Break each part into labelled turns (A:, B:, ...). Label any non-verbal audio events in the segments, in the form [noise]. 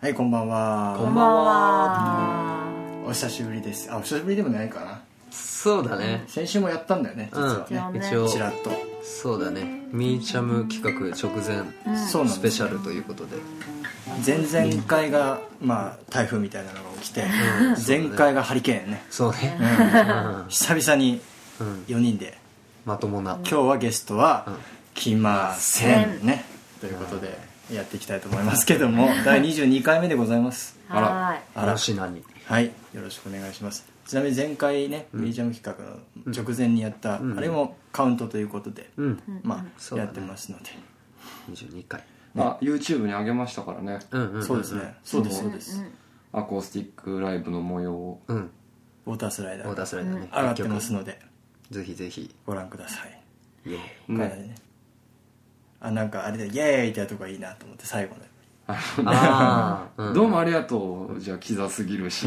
A: はいこんばんは
B: こんばんは
A: お久しぶりですあお久しぶりでもないかな
B: そうだね
A: 先週もやったんだよね実はね、
B: うん
A: ち
B: 一応
A: らっと、
B: そうだねミーチャム企画直前
A: そうなん
B: スペ
A: です
B: シャルということで
A: 前々回が、まあ、台風みたいなのが起きて、前回がハリケーンね、
B: そうね
A: うん、久々に
B: うん
A: 4人で
B: まともな
A: 今日はゲストは
B: うん
A: 来ませんね、ということでやっていきたいと思いますけど
B: [laughs]
A: も第22回目でございます
B: あら
C: は
A: あら
B: 嵐なに
A: はいよろしくお願いしますちなみに前回ね、ミュージアム企画の直前にやった、
B: うん
A: あれもカウントということで、
B: うん
A: まあ、
B: そうだ
A: や
B: ね
A: ってますので
B: 22回
D: あ YouTube に上げましたからね
B: うんうん
A: そうですねそうですそうです、
D: アコースティックライブの模様を
B: うん
A: ウォータースライダ
B: オーダ
A: ー
B: ースライダーね
A: 上がってますので
B: 楽曲ぜひぜひ
A: ご覧ください
B: イエーイ
A: かなり
D: ね
A: ねあなんかあれでイエーイってやるとこがいいなと思って最後の
B: ああ
D: どうもあ
B: り
D: りがとうじゃキザすぎるし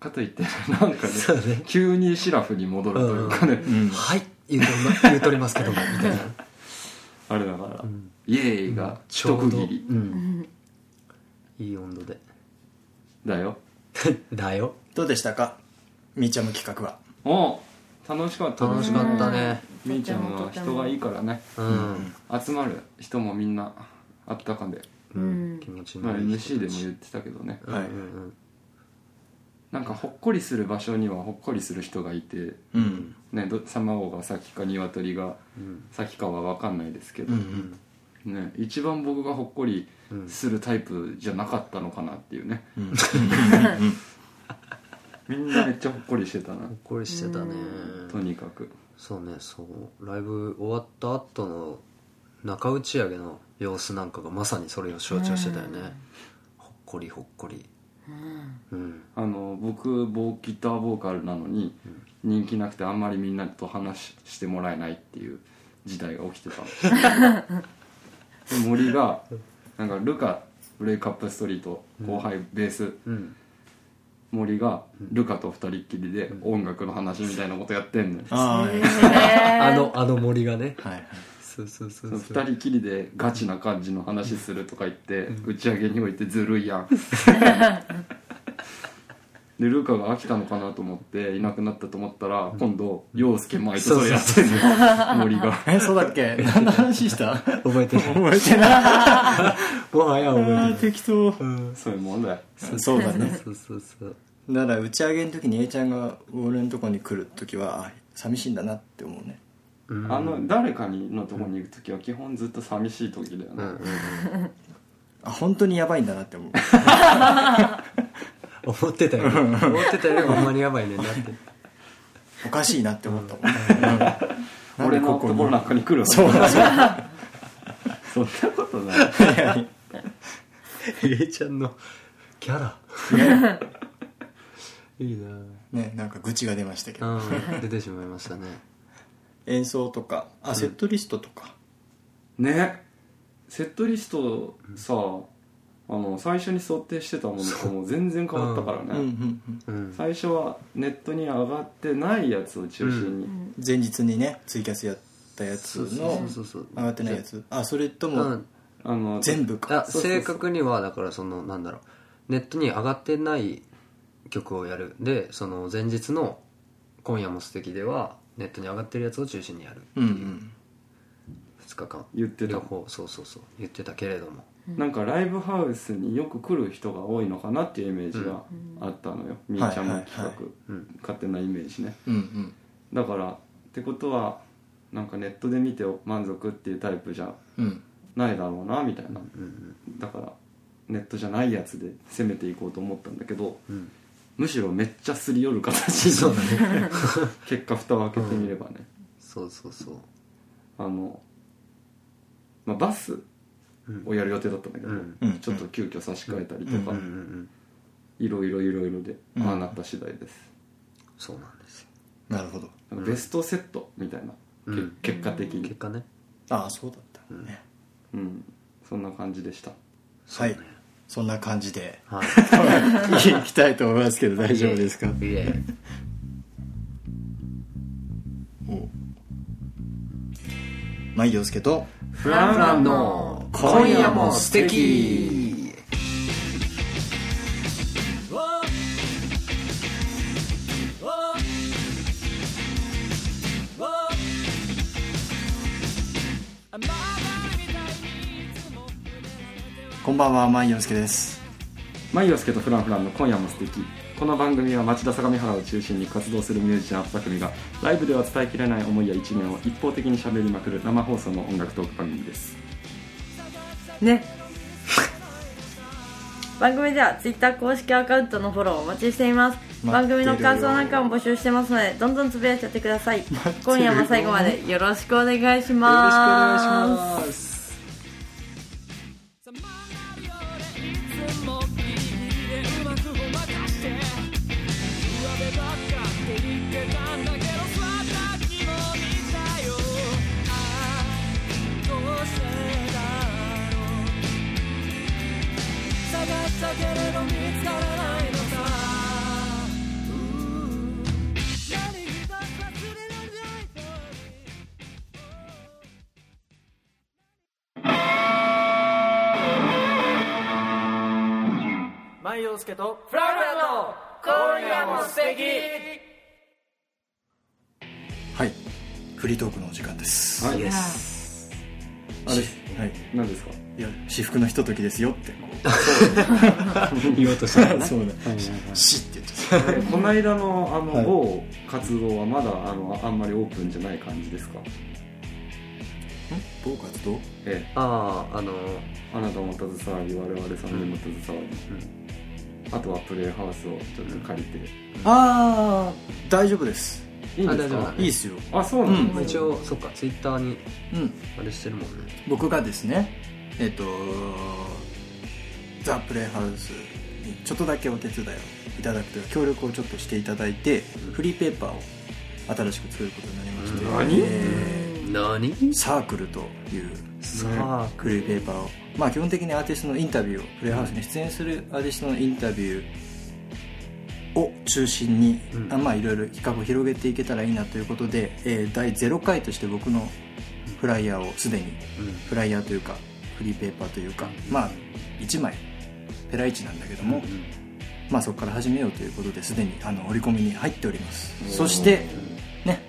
D: かといってなんかね
B: そうね
D: 急にシラフに戻るというかね
A: うん
B: はい言うと言うとりますけ
A: [laughs]
B: どもみたいな
D: あれだから
B: ん
D: 「イエーイ!」が
B: ちょ
D: 一
B: う
D: 区
B: どう
D: 切り
B: んいい温度で [laughs]
D: だよ
B: だよ
A: どうでしたかみーちゃんの企画は
D: お楽しかった
B: 楽しかったね
D: みーちゃんは人がいいからね
B: うん
D: 集まる人もみんなあったかで
B: うん気持ち
D: まあ
B: のいい
D: MC でも言ってたけどね
B: うん
A: はい
B: うん
D: なんかほっこりする場所にはほっこりする人がいて
A: うん
D: ねどサマ王が先か鶏が
B: うん
D: 先かは分かんないですけど、
A: うん
D: ね、一番僕がほっこり
B: うん
D: するタイプじゃなかったのかなっていうね
A: [laughs] うん
D: みんなめっちゃほっこりしてたな
B: ほっこりしてたね
D: とにかく
B: そうねそうライブ終わった後の中打ち上げの様子なんかがまさにそれを象徴してたよねほっこりほっこりうん
D: あの僕ボーギターボーカルなのに人気なくてあんまりみんなと話してもらえないっていう事態が起きてたんですで森がなんかルカブレイクアップストリート後輩ベース、
B: うん
D: 森がルカと二人っきりで音楽の話みたいなことやってんのよ
A: ああ、
B: あ
C: あ
B: のあの森がね
A: はいはい
B: そうそうそ
D: そうの
B: そう
D: 二人きりでガチな感じの話するとか言って打ち上げにおいてずるい [laughs] やんでルカが飽きたのかなと思っていなくなったと思ったら今度陽介毎とそれやってんのよ森が
A: えそうだっけ [laughs] 何の話した
B: 覚えてない
A: 覚えてない
B: [laughs] もはや覚えてない
A: 適当
B: うん
D: [laughs] そういうもんだよ
A: そうだね
B: そうそうそう
A: だから打ち上げの時に A ちゃんが俺のとこに来る時はあ寂しいんだなって思うね
B: うん
D: あの誰かにのとこに行く時は基本ずっと寂しい時だよ
B: う
D: ね、
B: んうん
A: あ本当にやばいんだなって思う
B: 思ってたより思ってたよりほんまにやばいねんなって
A: おかしいなって思ったもん、うん
D: 俺のところなんかに来るわ
A: そうそう
D: そんなことない
B: A ちゃんのキャラいいな
A: ねなんか愚痴が出ましたけど、
B: うん出てしまいましたね
A: 演奏とかあセットリストとか、
D: ねセットリストさあの最初に想定してたものともう全然変わったからね、
A: うんうんうん
B: うん
D: 最初はネットに上がってないやつを中心に、
A: 前日にねツイキャスやったやつ
B: そうそ
A: の
B: うそうそう
A: 上がってないやつあそれと
B: う
A: も
B: ん
D: あの
A: 全部
B: あ
A: か、
D: そうそうそう
B: 正確にはだからそのなんだろうネットに上がってない曲をやるでその前日の「今夜も素敵ではネットに上がってるやつを中心にやる
A: うんうん
B: 2日間
D: 言ってた
B: 両方そうそうそう言ってたけれども
D: なんかライブハウスによく来る人が多いのかなっていうイメージがあったのよ、みーちゃんの企
A: はいはい
D: 画、
A: は
B: うん
D: 勝手なイメージね
A: うんうん
D: だからってことはなんかネットで見て満足っていうタイプじゃ
A: うん
D: ないだろうなみたいな
B: うん
D: だからネットじゃないやつで攻めていこうと思ったんだけど
B: うんうん
D: むしろめっちゃすり寄る形
B: そう
D: に
B: だね
D: [laughs] 結果蓋を開けてみればね、
B: そうそうそう
D: あの、まあ、バスをやる予定だったんだけど、
B: うん
A: うん
D: ちょっと急遽差し替えたりと
B: う
D: か、
B: んうんうん
D: いろいろいろいろで、
A: うん
D: ああなった次第です
B: そうなんですよ
A: なるほど
D: なんかベストセットみたいな、け
B: うん
D: 結果的
B: 結
D: に、
B: 果ね
A: ああそうだったね、
D: うん、そんな感じでした
A: はいそんな感じで
B: はい
A: 行きたいと思いますけど [laughs] 大丈夫ですか
B: いえ
A: [laughs] お舞陽介と
D: フ
B: フランフランの今夜も素敵
A: んばんは、まいよすけです。
D: マイヨスケとフランフランの今夜も素敵この番組は町田相模原を中心に活動するミュージシャン2組がライブでは伝えきれない思いや一面を一方的に喋りまくる生放送の音楽トーク番組です
C: ね [laughs] 番組では Twitter 公式アカウントのフォローをお待ちしています
A: 待
C: 番
A: ってる
C: 組
A: よ
C: の感想なんかも募集してますのでどんどんつぶやいちゃってく
A: [laughs]
C: ださい今夜も最後までよろしくお願いします
A: よろしくお願いします。
E: 「様なり俺いつもギリでうまくごまかして」「上辺ばっかって言ってたんだけどさっきも見たよ」「ああどうしてだろう」「探したけれど見つからないのさ」「何一つ忘れられないのに」
F: 万葉介とフラグラの今夜も素敵
A: はい。フリートークのお時間です。
D: はい
B: イエス
A: あれ、はい。
D: 何ですか
A: いや、至福のひとときですよって。
B: [laughs] 言おうとした
A: あそうだ。しって言っちゃっ
D: えこの間のあの、
A: はい
D: 某活動はまだあのあんまりオープンじゃない感じですか
A: た。ん某活動
D: え
B: あああの
D: えあなたも携わり我々さんにも携わり、あとはプレイハウスをちょっと借りて、
A: あー、大丈夫です。
D: いいんです
B: あ大丈夫
D: か
B: だ
A: いいっすよ。
D: あそうなん
B: まあ
D: です
B: 一
D: ね
B: 応そっかツイッターに
A: うん。
B: あれしてるもんね
A: 僕がですねえっ、とザ・プレイハウスにちょっとだけお手伝いをいただくというか協力をちょっとしていただいてフリーペーパーを新しく作ることになりまして
D: 何
A: え
B: 何
A: ーサークルという
B: さあ
A: フリーペーパーをまあ基本的にアーティストのインタビューをプレイハウスに出演するアーティストのインタビューを中心に、
B: うん
A: あまあいろいろ企画を広げていけたらいいなということで、えー第0回として僕のフライヤーをすでにフライヤーというかフリーペーパーというかまあ1枚ペラ1なんだけども、まあ、そこから始めようということですでにあの折り込みに入っておりますそしてね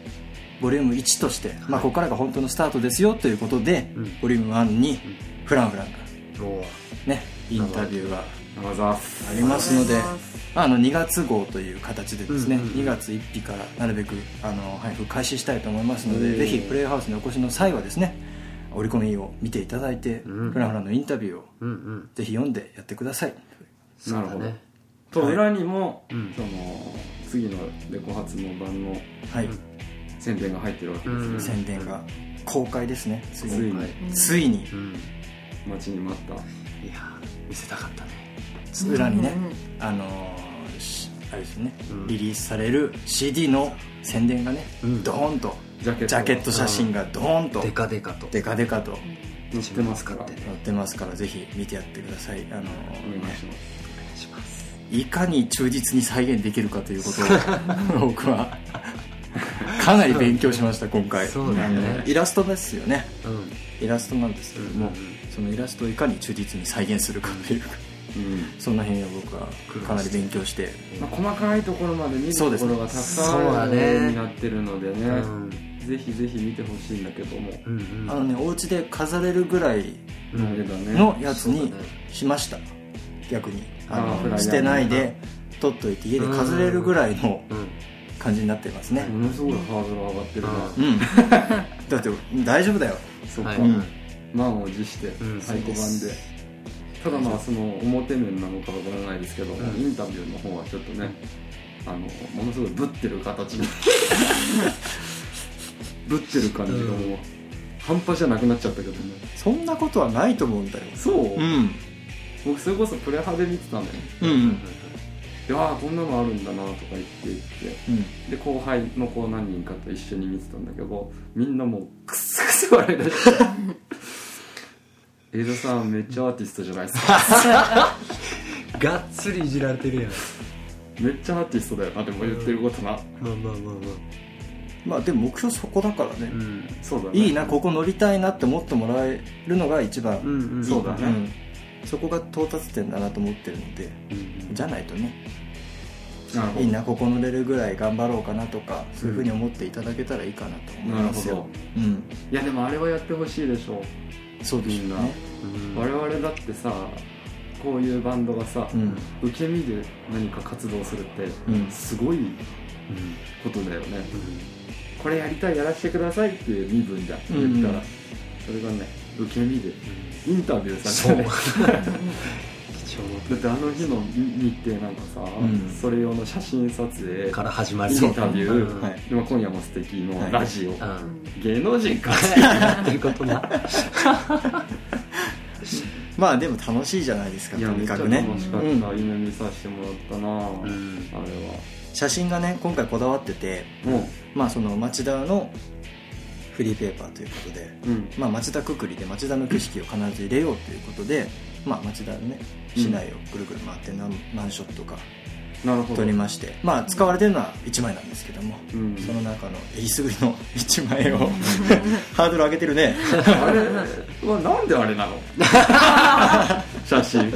A: ボリューム1として、まあ、ここからが本当のスタートですよということで、
B: うん
A: ボリューム1にフランフランが
B: うんもう
A: ねインタビューが
D: あざっす
A: ありますので
C: ありがとうございま
A: あの2月号という形でですね、
B: うんうんうん
A: 2月1日からなるべくあの配布開始したいと思いますの
B: お
A: で
B: ー
A: ぜひプレイハウスにお越しの際はですね折り込みを見ていただいて、
B: うん
A: フランフランのインタビューを
B: うんうん
A: ぜひ読んでやってください
B: そうだ
D: なるほど
B: ね
D: と裏にも、
B: うん
D: その次のレコ発の版の
A: はい、
D: 宣伝が入ってるわけ
B: うん
D: ですね、
A: 宣伝が公開ですねつい
D: つい
A: に
D: に
A: ついに
B: うん
D: 待ちに待った
B: いやー見せたかったね
A: 裏にね、
C: うんうん
A: あのーしあれですよね、
B: うん
A: リリースされる CD の宣伝がね、
B: うん
A: ドーンと
D: ジャケット
A: ジャケット写真がドーンと
B: デカデカと
A: デカデカと
D: 載ってますから
B: うん
A: 載ってますからぜひ見てやってくださいあの
D: お
A: ー
D: 願いします
B: お願いします
A: いかに忠実に再現できるかということ
B: [laughs]
A: を僕はかなり勉強しました今回
B: そうだね
A: イラストですよね
B: うん
A: イラストなんですけども、
B: うん
A: そのイラストをいかに忠実に再現するかというか
D: うん
A: そんな辺を僕はかなり勉強して
D: まあ、細かいところまで見るところがたくさんあ
B: そうですねそうだ
D: るよ
B: ね
D: うになってるのでね
B: うん
D: ぜひぜひ見てほしいんだけども
B: うん
A: あのねお家で飾れるぐらい
B: うん
D: あれだね
A: のやつ
B: そう
A: に
B: だね
A: しました、逆にあ
D: あー
A: の
D: フライヤー
A: 捨てないで取っといて家で飾れるぐらいの
B: うん
A: 感じになってますね
D: ものすごいハードル上がってるな
A: うん、 [laughs] だって大丈夫だよ、
D: そこ
B: は
D: はい
A: うん
D: 満を持して
B: うん
D: 太鼓
B: そう
D: 判
B: で
D: でただまあその表面なのかわからないですけども
B: うん
D: インタビューの方はちょっとねあのものすごいぶってる形
B: [laughs]
D: にぶってる感じがもう半端じゃなくなっちゃったけどね
A: そんなことはないと思うんだよ、
D: そう
A: うん、
D: 僕それこそプレハで見てたのよ
A: うんうん
D: でああこんなのあるんだなとか言って言って
A: うん
D: で後輩の子何人かと一緒に見てたんだけどみんなもうクスクス笑い出して [laughs] 「江戸さんめっちゃアーティストじゃないですか
B: がっつりいじられてるやん
D: めっちゃアーティストだよな」でも言ってることな
B: まあまあまあま
A: まあでも目標そこだからね
B: あ、ん
D: そうだね
A: いいなここ乗りたいなって思ってもらえるのが一番、
B: うんうん
D: そうだね
A: んそこが到達点だなと思ってるので
B: うん
A: じゃないとね
D: なるほ
A: い
D: ど
A: いなここ乗れるぐらい頑張ろうかなとかそういうふうに思っていただけたらいいかなと思い
D: なる
A: ま
D: ほ
A: すよ
D: ど、
A: うん、
D: いやでもあれはやってほしいでしょ
A: そうです
D: みん
A: よ
D: な
A: ね
B: うん
D: 我々だってさこういうバンドがさ、
A: うん
D: 受け身で何か活動するって、
A: うん
D: すごいことだよね、これやりたいやらせてくださいって身分じゃん言ったら、
A: うん
D: それがね受け身でインタビューさ
B: そう
D: [laughs] れてね
B: 貴重
D: だってあの日の日日程なんかさ、
A: ん
D: それ用の写真撮影
B: なから始ま
D: イ
B: り
D: ンタビュ
B: う
D: ー、
B: ん
A: はい
D: でも今夜も素敵
A: は
D: の
A: い
D: ラジオ、
B: うん [laughs]
D: 芸能人か
B: やってることな
A: まあでも楽しいじゃないですか
D: い
A: と
D: やめ
A: に
D: っちゃ
A: かく
D: 楽
A: ね
D: しかった、
A: うん
D: 夢見させてもらったな、
B: うん
D: あれは
A: 写真がね今回こだわってて
D: も
A: まあその町田のフリーペーパーということで、
D: う、うん、
A: まあ、町田くくりで町田の景色を必ず入れようということで、まあ、町田のね市内をぐるぐる回って何何ショットか
D: なるほど
A: 撮りまして、まあ、使われてるのは1枚なんですけども、
D: うん
A: その中のえりすぐりの1枚をハードル上げてるね
D: あれはなんであれなの写真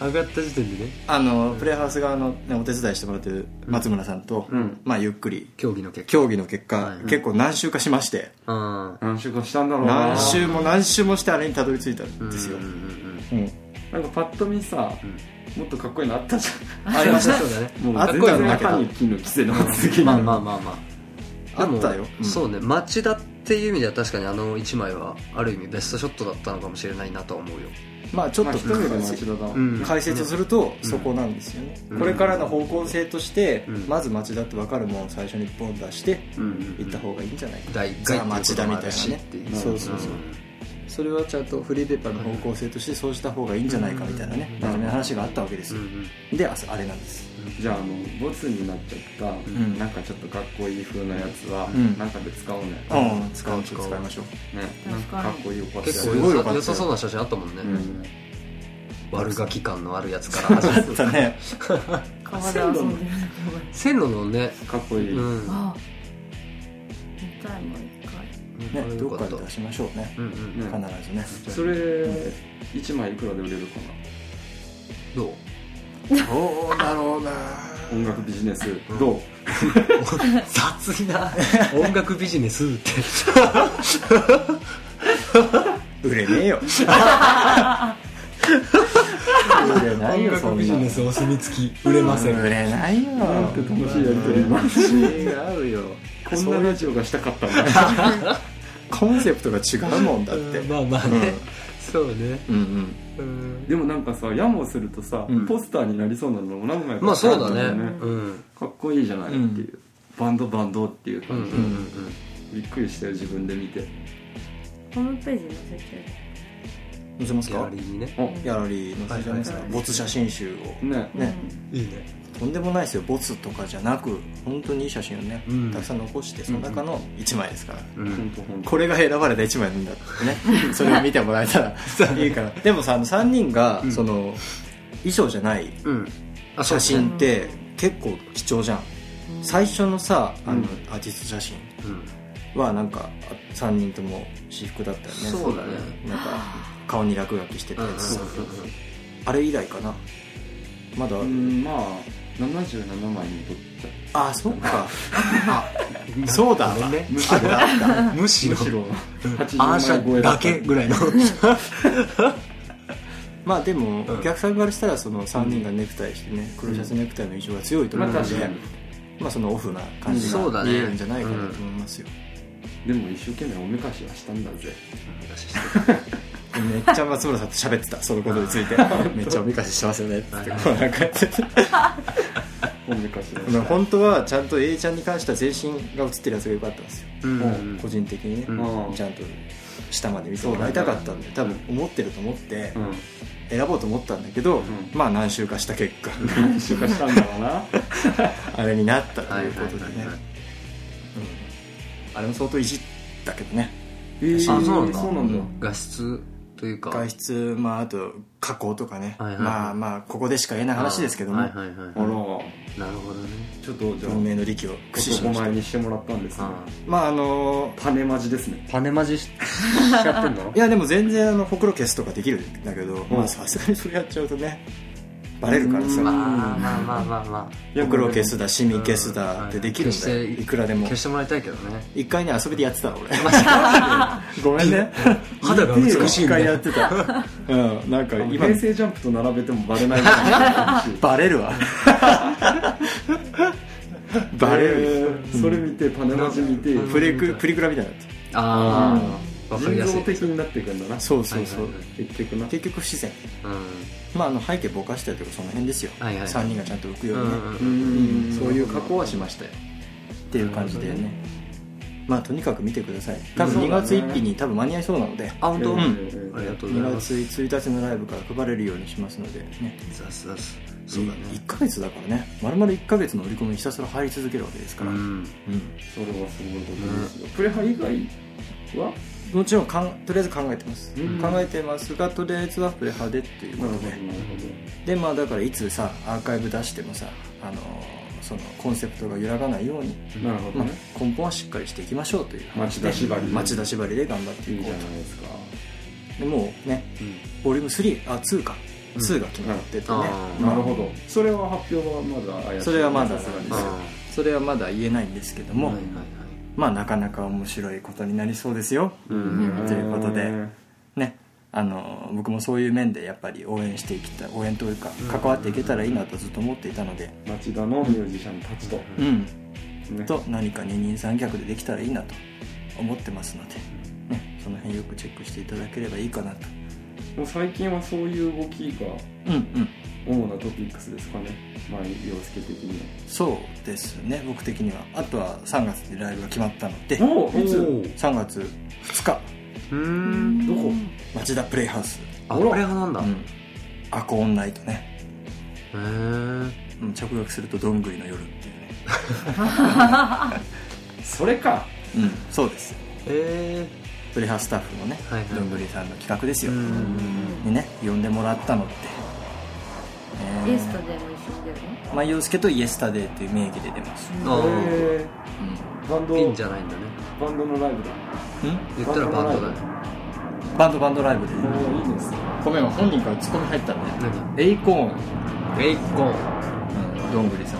B: 上がった時点でね
A: あのプレイハウス側の、ね、お手伝いしてもらってる松村さんと、
D: うん
A: まあ、ゆっくり
B: 競技の結果
A: 協議の結果、
B: はい
A: 結構何周かしまして
B: うん
D: 何週かしたんだろうな
A: 何周も何周もしてあれにたどり着いたんですよ、
B: うんうん
A: うん
D: なんかパッと見さ、もっとかっこいいのあったじ
A: ありました
B: そうだね
D: ゃんもう
A: あったん
D: 全
A: だけど
D: 然赤に金の規制の続き
B: まあ
D: なの
B: まあまあまあでも
A: あったようん
B: そうね町田っていう意味では確かにあの1枚はある意味ベストショットだったのかもしれないなとは思うよ
A: まあちょっ
D: まあ
A: と
D: 一人で町田だ
B: うん
A: 解説するとそこなんですよね、これからの方向性として、
B: うん
A: まず町田って分かるものを最初にポン出して
D: うん
A: 行った方がいいんじゃないか、
B: 第1
A: ザ
B: 回ってい
A: 町
B: う
A: 田
B: こと
A: み
B: も
A: たいな
B: あるしっ
A: ね
B: ていう
A: そうそうそうそれはちゃんとフリーペーパーの方向性としてそうした方がいいんじゃないかみたいなね
B: う
A: 真
B: ん
A: 面目な話があったわけです
B: うん
A: よ
B: う、ん
A: でああれなんです
D: じゃああのボツになっちゃった、
A: ん
D: なんかちょっとかっこいい風なやつは、
A: ん
D: なんかで使おうね、
A: うん使
B: 使
A: う
B: う
A: 使
B: 使
A: いうま [laughs] しょう
D: ね
C: うん
D: なんかかっこいいお子
B: 結
D: さ
B: 構
A: すごいよかったよ
B: 良さ良さそうな写真あったもんね、
D: うん
B: 悪ガキ感のあるやつから始
A: あ
B: ま
A: っ
B: る
A: [laughs] たね
C: 川で遊んでるの
B: 線路のね、
D: かっこいい、
B: うん、
C: あ見たいもう一回
A: ね
B: うん
A: どっか
B: よ
A: で
B: った
A: 出しましょうね
B: うんうん、
D: ね
A: 必ずね
D: それ1枚いくらで売れるか
B: どう
A: どうだろうな
D: な音楽ビジネスどう
B: 雑いな音楽ビジネスって
A: 売れねえよ売れないよそんな
B: スお墨付き売れ
A: 売れないよ
D: なんて楽しいやりとりだ
A: 違うよ
D: こんなラジオがしたかったんだ
A: コンセプトが違うもんだって
B: まあまあね、そうね
A: うんうん
B: うん
D: でもなんかさやもするとさ、
A: うん
D: ポスターになりそうなのも何枚か
B: まあそうだね
D: あったん
B: うん
D: かっこいいじゃないっていう、バンドバンドっていう
B: うんうん
D: 感じ、びっくりしたよ自分で見て
C: ホームページに載せて
A: 載せます
B: ギャ
A: か
B: ラリーにね
D: あ
A: ギャラリー載せじゃないですか
C: はいはい
A: 没写真集を
D: ね
C: る
A: ね
B: いいね
A: とんでもないですよ没とかじゃなく本当にいい写真をね
B: うん
A: たくさん残してその中の1枚ですから
B: う
D: ほん
B: ん
D: とほんと
A: これが選ばれた1枚なんだってねそれを見てもらえたらいいからでもさあの3人がその衣装じゃない
B: うんあそう
A: 写
B: ね
A: 真って結構貴重じゃん
C: うん
A: 最初のさあ
D: うん
A: のアーティスト写真
B: うん
A: はなんか3人とも私服だったよね
B: そうだね
A: なんか顔に落書きしてたやつ
D: そ
A: さ
D: うそう
A: あれ以来かなまだあ
D: う
A: る、
D: んまあ77枚に撮っちゃっ
A: あそっか
B: うん
A: そうだ
B: ごめんね
A: むしろだった
B: むしろ
D: むしろ
B: アーシ
D: 80枚超
B: ャ
D: えだ
B: だ
D: った
B: けぐらいの
A: [laughs] まあでも、
B: うん
A: お客さんからしたらその3人がネクタイしてね黒シャツネクタイの印象が強いと思
D: ま
A: う
D: あ
A: ので、
D: 確かに
A: まあそのオフな感じ
B: そう
A: が
B: だ
A: 見
B: ね
A: えるんじゃないかなと思いますよ、
D: でも一生懸命おめかしはしたんだぜ
A: めっちゃ松村さんと喋ってたそのことについて
B: [laughs]
A: めっちゃおめかししてますよね [laughs] って
B: はい
A: こうなんかやってて
B: [laughs]
D: おめかしは
A: まあ
D: した
A: 本当はちゃんと A ちゃんに関しては全身が写ってるやつが良かったんですよ、
B: うんうん
A: 個人的にね、
D: うん
A: ちゃんと下まで見てもらいたかったんで、多分思ってると思って
D: [laughs] うん
A: 選ぼうと思ったんだけど、
D: ん
A: まあ何週かした結果
D: 何週かしたんだろうな
A: あれになったと
B: はい
A: いうこ
B: はいはい
A: とでね
B: はい
A: あれも相当いじったけどね
D: えー
B: あそうなんだ
D: そうなんだ
B: 画質というか
A: 外出まああと加工とかね、
B: はいはいはい
A: まあまあここでしか言えない話ですけども、
B: はいはいはい
D: あ
B: な
D: ら
B: るほどね
D: ちょっとじゃあ
A: 文明の力を駆使し
D: 男
A: ました
D: 前にしてもらったんですね
A: まああの
D: 種まじですね
B: パネマジし
D: しちゃってんの
A: いやでも全然あのほくろ消すとかできるんだけど、
D: ん
A: まあさすがにそれやっちゃうとねバレるからさ、
B: まあまあまあまあまあ
A: よくロケすだシミ消すだ
B: うん
A: ってできるんだよ
B: 消して
A: いくらでも
B: 消してもらいたいけどね
A: 一回ね遊びでやってたの俺
B: マジ
A: ごめんね
B: 肌が美しい
A: 一
B: んだ
A: 回や
B: よ
A: ってたうんなんか今
D: 平成ジャンプと並べてもバレないぐらい
A: バレるわバレるよ
D: それ見てパネマジ見て
B: うん
D: 人
A: プレクプリクラみたいになって
B: ああわかりやす
D: 造
B: い
D: 的になっていくんだな
A: そうそうそう、
B: はいはいはい
D: 結局な
A: 結局不自然
B: うん
A: まああの背景ぼかしたりとかその辺ですよ、
B: はいはいはい
A: 3人がちゃんと浮くよ
B: う
A: うにね、
B: んう
D: うんんそういう加工はしましたよ
A: っていう感じで
D: なるほど
A: ねまあとにかく見てください多分
D: そ
A: 2
D: うだね
A: 月1日に多分間に合いそうなので
B: あ本当
D: うん
B: ありがとうご
A: 2
B: ざいます
A: 月1日のライブから配れるようにしますのでね
B: ザスザスそうだね
A: 1ヶ月だからね丸々1ヶ月の売り込みにひたすら入り続けるわけです
B: う
A: から、
B: ん
A: うん
D: それはすごいことですよプレハ以外は
A: もちろんかんとりあえず考えてます、
D: うん
A: 考えてますがとりあえずはプレハでっていうこ
D: なるほ
A: と
D: ど
A: で、
D: なる
A: でまあだからいつさアーカイブ出してもさあのそのコンセプトが揺らがないように、
D: ほどなるほど
A: まあ
D: ね、
A: 根本はしっかりしていきましょうという話で
D: 町田縛り
A: 町田縛りで頑張って
D: い
A: い
D: い
A: こ
D: じゃ
A: う
D: ないですか
A: とでもうねボリューム3あ2か
B: うん
A: 2が決まっててね、
B: あー
D: なるほどそれは発表はまだ怪しい
A: それはまだ
D: さすがに
B: ああ
A: それはまだ言えないんですけども、
B: はいはいはい
A: まあなかなか面白いことになりそうですよ、
B: うん
A: ということでねあの僕もそういう面でやっぱり応援していきたい応援というか
B: うん
A: 関わっていけたらいいなとずっと思っていたので
D: 町田のミュージシャンたちと、
A: うん、
D: ね
A: と何か二人三脚でできたらいいなと思ってますので、ね、その辺よくチェックしていただければいいかなと
D: もう最近はそういう動きが
A: うんうん
D: 主なトピックスですかねまあ洋介的に
A: そうですね僕的にはあとは3月でライブが決まったので
D: はお
B: お
D: いつ
B: ー
A: 3月2日
B: うーん
D: どこ
A: 町田プレイハウス、
B: あこれ派なんだ
A: う
B: へ
A: ん、アコーンナイトね
B: え
A: うん着陸するとどんぐりの夜っていうね、
D: それか
A: うん、そうです
B: え
A: プレハスタッフのね、
B: はいはい
A: どんぐりさんの企画です
B: え
A: よにね呼んでもらったのって、
C: イエスタでも一緒に出るの
A: ーまあ洋介とイエスタデーっていう名義で出ます、
B: ああ
D: えー、バンド
B: ピンじゃないんだね
D: バンドのライブだ
A: うん、
B: 言ったらバンドだね
A: バンドバンドライブで
D: もういいです
A: ごめん本人からツッコミ入ったんで
B: 何
A: エイコーン、
B: エイコン
A: うん、どんぐりさん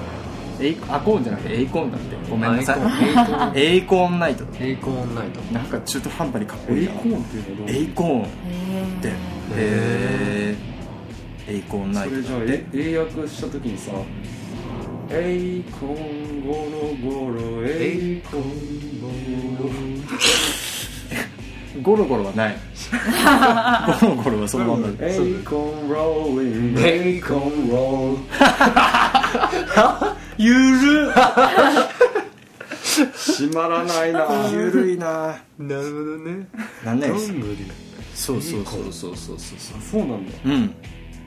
A: エイアコーンじゃなくてエイコーンだってごめんなさい
B: エイコン
A: エイコーンナイト
B: エイコンナイト
A: なんか中途半端にかっこ
D: エ
A: い
D: イ
A: いな
D: コーンっていうのはどう
A: エイコーンっ
C: へ
A: てへ
B: へ
A: えエイコーンナイ
D: そ
A: ト
D: れじゃあえ英訳した時にさ「エイコンゴロゴロエイコンゴ
A: ゴ
D: ロゴロ」
A: ロゴロはないゴロゴロはそのまんま
D: エイコンローリングエイコンロール
A: [laughs] ゆる
D: 閉まらないな
A: [laughs] ゆるいな
B: なるほどね
A: なんない
B: ど
A: です
B: んぐり
A: そうそうそうそうそうそう
D: そうなんだ
A: うん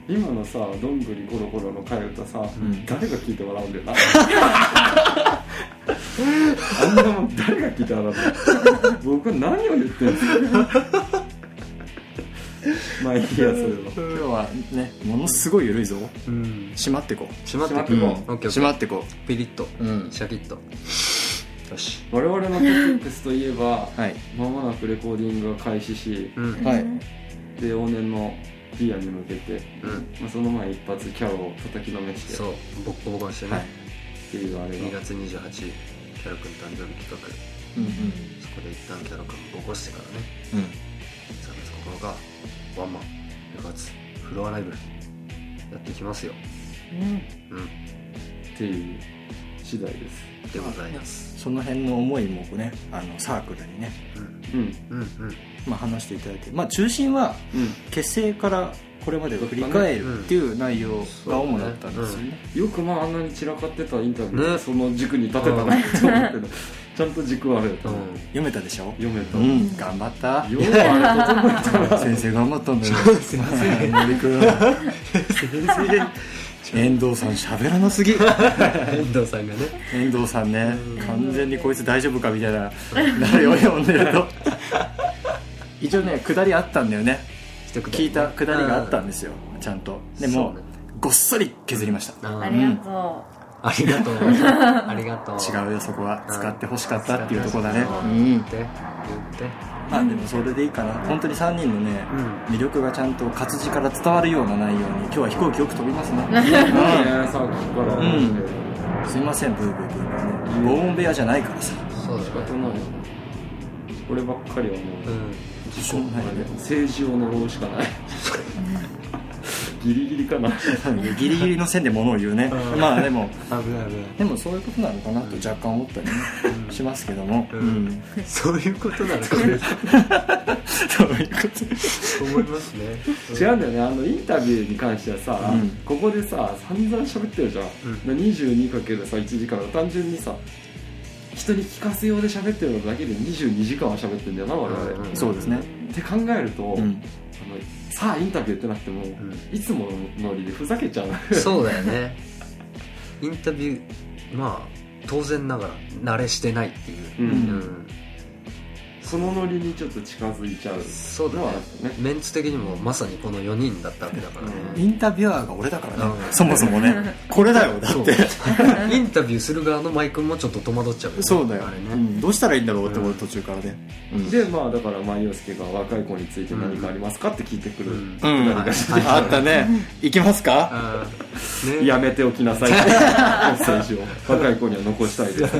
D: 今のさどんぐりゴロゴロの替え歌さ、
A: ん
D: 誰が聞いて笑うんだよなあんなもん誰が聞いて笑うんだよ僕は何を言ってんですかまあいいやそれ
A: 今
D: は
A: 日はねものすごいゆるいぞ
B: うん
A: 締まってこ
B: しまって
D: 閉まっ
B: く
D: て
B: る
D: こう
B: オ
D: ん
B: ッケーオッケ
A: 締
B: ー
A: まってこ
B: ピリッと
A: ううん
B: シャキッとよし
D: 我々のトピックスといえば
A: はい
D: まもなくレコーディングが開始し
B: うん
A: はい
D: で往年のピアに向けて、
B: うん
D: まあ、その前一発キャロを叩きのめして
B: そ
D: っ
B: うボッコボコにして
A: はい
B: ね
D: ていうあれ
B: 2
D: が
B: 月28キャラ君誕生日企画
A: うん
B: そこで一旦キャラ君ボコしてからね
A: うん
B: 3月9日ワンマン6月フロアライブやってきますようん
D: っていう次第です
B: でございます
A: その辺の思いもねあのサークルにね
B: うん
D: うん
B: うんうん
A: まあ話していただいてまあ中心は
D: うん
A: 結成からこれまでを振り返るっていう内容が主だったんですよね
D: よくまああんなに散らかってたインタビューで
B: ね
D: その軸に立てたなって思ってた [laughs] ちゃんと軸はあれた、
B: うん
A: 読めたでしょ
D: 読めた、
A: う
D: よ
A: ん頑張った
D: うあれ整えたな
A: 先生頑張ったんだよすいません森君遠藤さん喋らなすぎ
B: 遠藤さんがね
A: 遠藤さんね完全にこいつ大丈夫かみたいななるよ読んでると一応ね下りあったんだよね
B: 一口
A: 聞いた下りがあったんですよちゃんとでも
B: そうね
A: ごっそり削りました
B: あ
C: あ
B: ー
C: りがと
B: ありがとうありがとう
A: 違うよそこは
B: ん
A: 使ってほしかったっていうとこだね
B: 使ってほしかっ
A: う
B: た
A: ん
B: 言って言って
A: まあでもそれでいいかな本当に3人のね、
B: う
A: 魅力がちゃんと活字から伝わるような内容に今日は飛行機よく飛びます
B: [laughs]
A: ね、
D: ねさっきから
A: うんすいませんブーブーブーブーね防音部屋じゃないからさ
B: そうだ
D: 仕
B: ね
D: 方ないこればっかりはもう
B: うん
A: しょうもないね
D: 政治を呪う [laughs] しかないギリギリかな
A: ギリギリの線で物を言うねまあでも
B: 危ない危ない
A: でもそういうことなのかなと若干思ったりね、しますけども、うん
B: んそういうことなのかね
A: そういうこと
B: 思いますね
D: 違うんだよねあのインタビューに関してはさ、
A: うん
D: ここでさ散々喋ってるじゃん、22かけるさ1時間単純にさ人に聞かせようで喋ってるのだけで22時間は喋ってんだよな我々、
B: うんうん
A: そうですね、
D: って考えると、
A: うん
D: あのさあインタビューってなくても、
B: ん
D: いつものノリでふざけちゃう [laughs]
B: そうだよねインタビューまあ当然ながら慣れしてないっていう、
D: うん
B: うん
D: そのノリにちょっと近づいちゃう
B: そうだ
D: のは
B: ね
D: あるよね
B: メンツ的にもまさにこの4人だったわけだからね、
A: インタビュアーが俺だからね、
B: うん
A: そもそもねこれだよだ
B: そ
A: っ
B: う
A: て
B: インタビューする側のマイ君もちょっと戸惑っちゃうよね
A: そうだよ、
B: あれね、
A: うんどうしたらいいんだろうって思う途中からね、うん
D: でまあだから万葉介が若い子について何かありますかって聞いてくる、
B: うん
A: うん
B: はい
A: あったね行きますか
B: あーね
D: やめておきなさいってメッセージを若い子には残したいです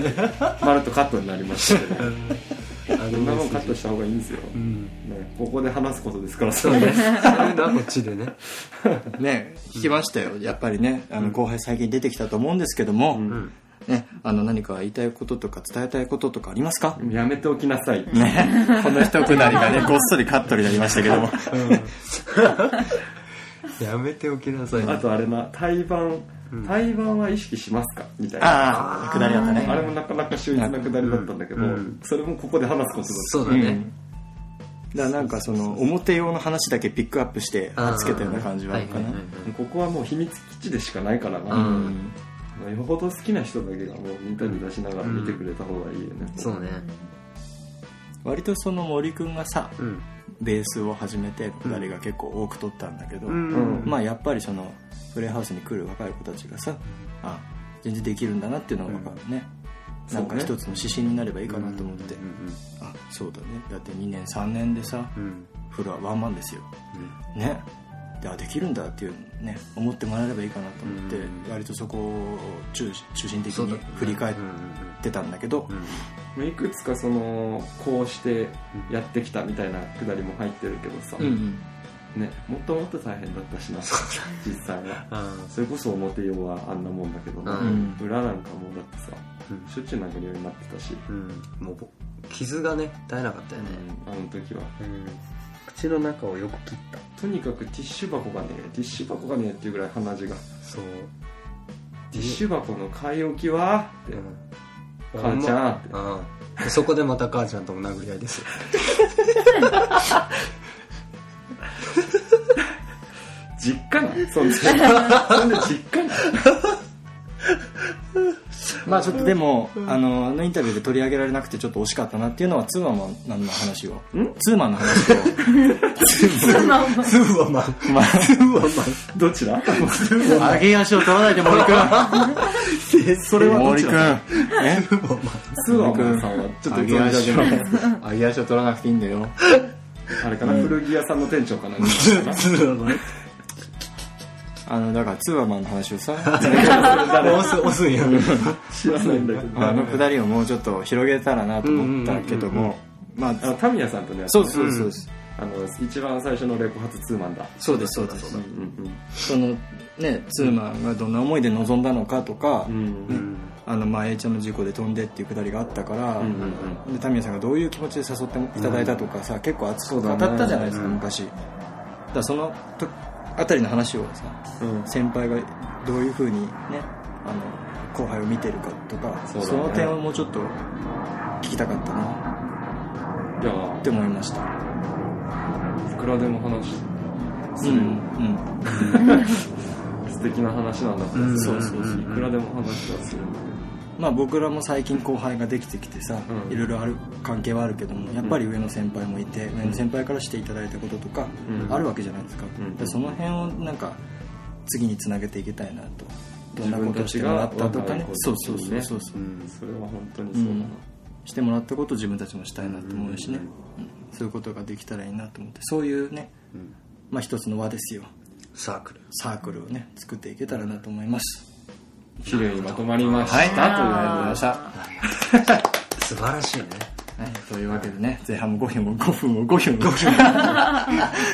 D: まるっとカットになりましたけどね
B: あ
D: こ
B: の
D: んなもんカットした方がいいんですよ、
B: うん
D: ね、ここで話すことですから
B: そうねそういうのはこっちでね
A: ね聞きましたよやっぱりねあの後輩最近出てきたと思うんですけども、
D: ん
A: ね、あの何か言いたいこととか伝えたいこととかありますか、
D: やめておきなさい
A: ね、 [laughs] この一くだりがね
B: [laughs]
A: ごっそりカットになりましたけども
B: やめておきなさい
D: あとあれな対バン対バンは意識しますかみたいな
A: ああくだりあったね
D: あれもなかなか秀逸なくだりだったんだけど、
B: うん
D: それもここで話すことだった
B: そうだね、
A: うんだからなんかその表用の話だけピックアップして
B: あー
A: つけたような感じはあるかな
B: はいはいはいはい
D: ここはもう秘密基地でしかないからな、
B: うん
D: よほど好きな人だけがもうインタビュー出しながら見てくれた方がいいよね、
B: そうね
A: 割とその森くんがさ
B: うん
A: ベースを始めてくだりが結構多く取ったんだけど、
D: ん
A: まあやっぱりそのプレイハウスに来る若い子たちがさあ全然できるんだなっていうのが分かるね、
D: うん
A: なんか
D: そうね
A: 一つの指針になればいいかなと思って、
B: うん
A: あそうだねだって2年3年でさ
B: うんうん
A: フロアワンマンですよねであできるんだっていうね思ってもらえればいいかなと思って、
B: うん
A: 割とそこを中中心的
B: そうだ
A: に
B: ね
A: 振り返っ
B: うんうん
A: てたんだけど、
B: うん
D: まあいくつかそのこうしてやってきたみたいなくだりも入ってるけどさ、ね、もっともっと大変だったしな実際は
B: あ
D: それこそ表用はあんなもんだけどな、
A: うん
D: 裏なんかもうだってさ
B: うん
D: しょっちゅう殴るようになってたし、
B: ーうんもうぼ傷がね絶えなかったよね
D: あの時は
B: 口の中をよく切った
D: とにかくティッシュ箱がねティッシュ箱がねっていうぐらい鼻血が
B: そう
D: ティッシュ箱の買い置きはって、母ちゃんって
B: ああそこでまた母ちゃんとも殴り合いですよ
D: 実家なんそんでそんで実家なん
A: まあちょっとでも、あのあのインタビューで取り上げられなくてちょっと惜しかったなっていうのはツーマンのの話をツーマンの話
B: [laughs]
A: を
B: ツーワマン
A: ま
D: どち
A: あ
D: ら
A: 上げ足を取らないで森くんそれは森くんえ
D: スワマンさんはちょっと存じ上げない
A: 上げ足を取らなくていいんだよ
D: あれかな、古着屋さんの店長かな
B: ツーワマン
A: あのだからツーマンの話をさ
B: 押す押すんや
D: [laughs] 知らないんだけど
A: あのくだりをもうちょっと広げたらなと思ったけどもまあ
D: あのタミヤさんとね
A: そうそうそうです
D: あの一番最初のレコ発ツーマンだ
A: そうですそうです
D: うんう
A: そのねツーマンがどんな思いで臨んだのかとか、
D: んうんうん
A: あのまあ A ちゃんの事故で飛んでっていうくだりがあったから、
D: うんうん
A: でタミヤさんがどういう気持ちで誘っていただいたとかさ、結構熱く語ったじゃないですか、昔だからそのとあたりの話をさ、
D: うん
A: 先輩がどういうふうにねあの後輩を見てるかとか
D: そ
A: そ,、
D: うだね
A: の点をもうちょっと聞きたかったな
D: うんいや
A: って思いました
D: いくらでも話す
A: う
D: るよ、
A: ん
D: 素敵な話なんだから、
B: うん
D: そうそうそう
B: うん
D: いくらでも話はするんだ
A: まあ、僕らも最近後輩ができてきてさ、
D: うん
A: いろいろある関係はあるけどもやっぱり上の先輩もいて、上の先輩からしていただいたこととか
D: うん
A: あるわけじゃないですか,、
D: うん
A: その辺をなんか次につなげていきたいなとどんなことをしてもらったとかねそうそうそうそうそうう、
D: んそれは本当にそうだな、
A: してもらったことを自分たちもしたいなと思うしね、うんそういうことができたらいいなと思ってそういうね、まあ一つの輪ですよ
B: サークル
A: サークルをね作っていけたらなと思います
D: 綺麗にまとまりました、
A: はい
D: と
A: と
D: い
A: いうう
D: わ
A: わ
D: けで
A: けでございました、は
B: 素晴らしいね
A: い、というわけでね前半も5分も5分も5分も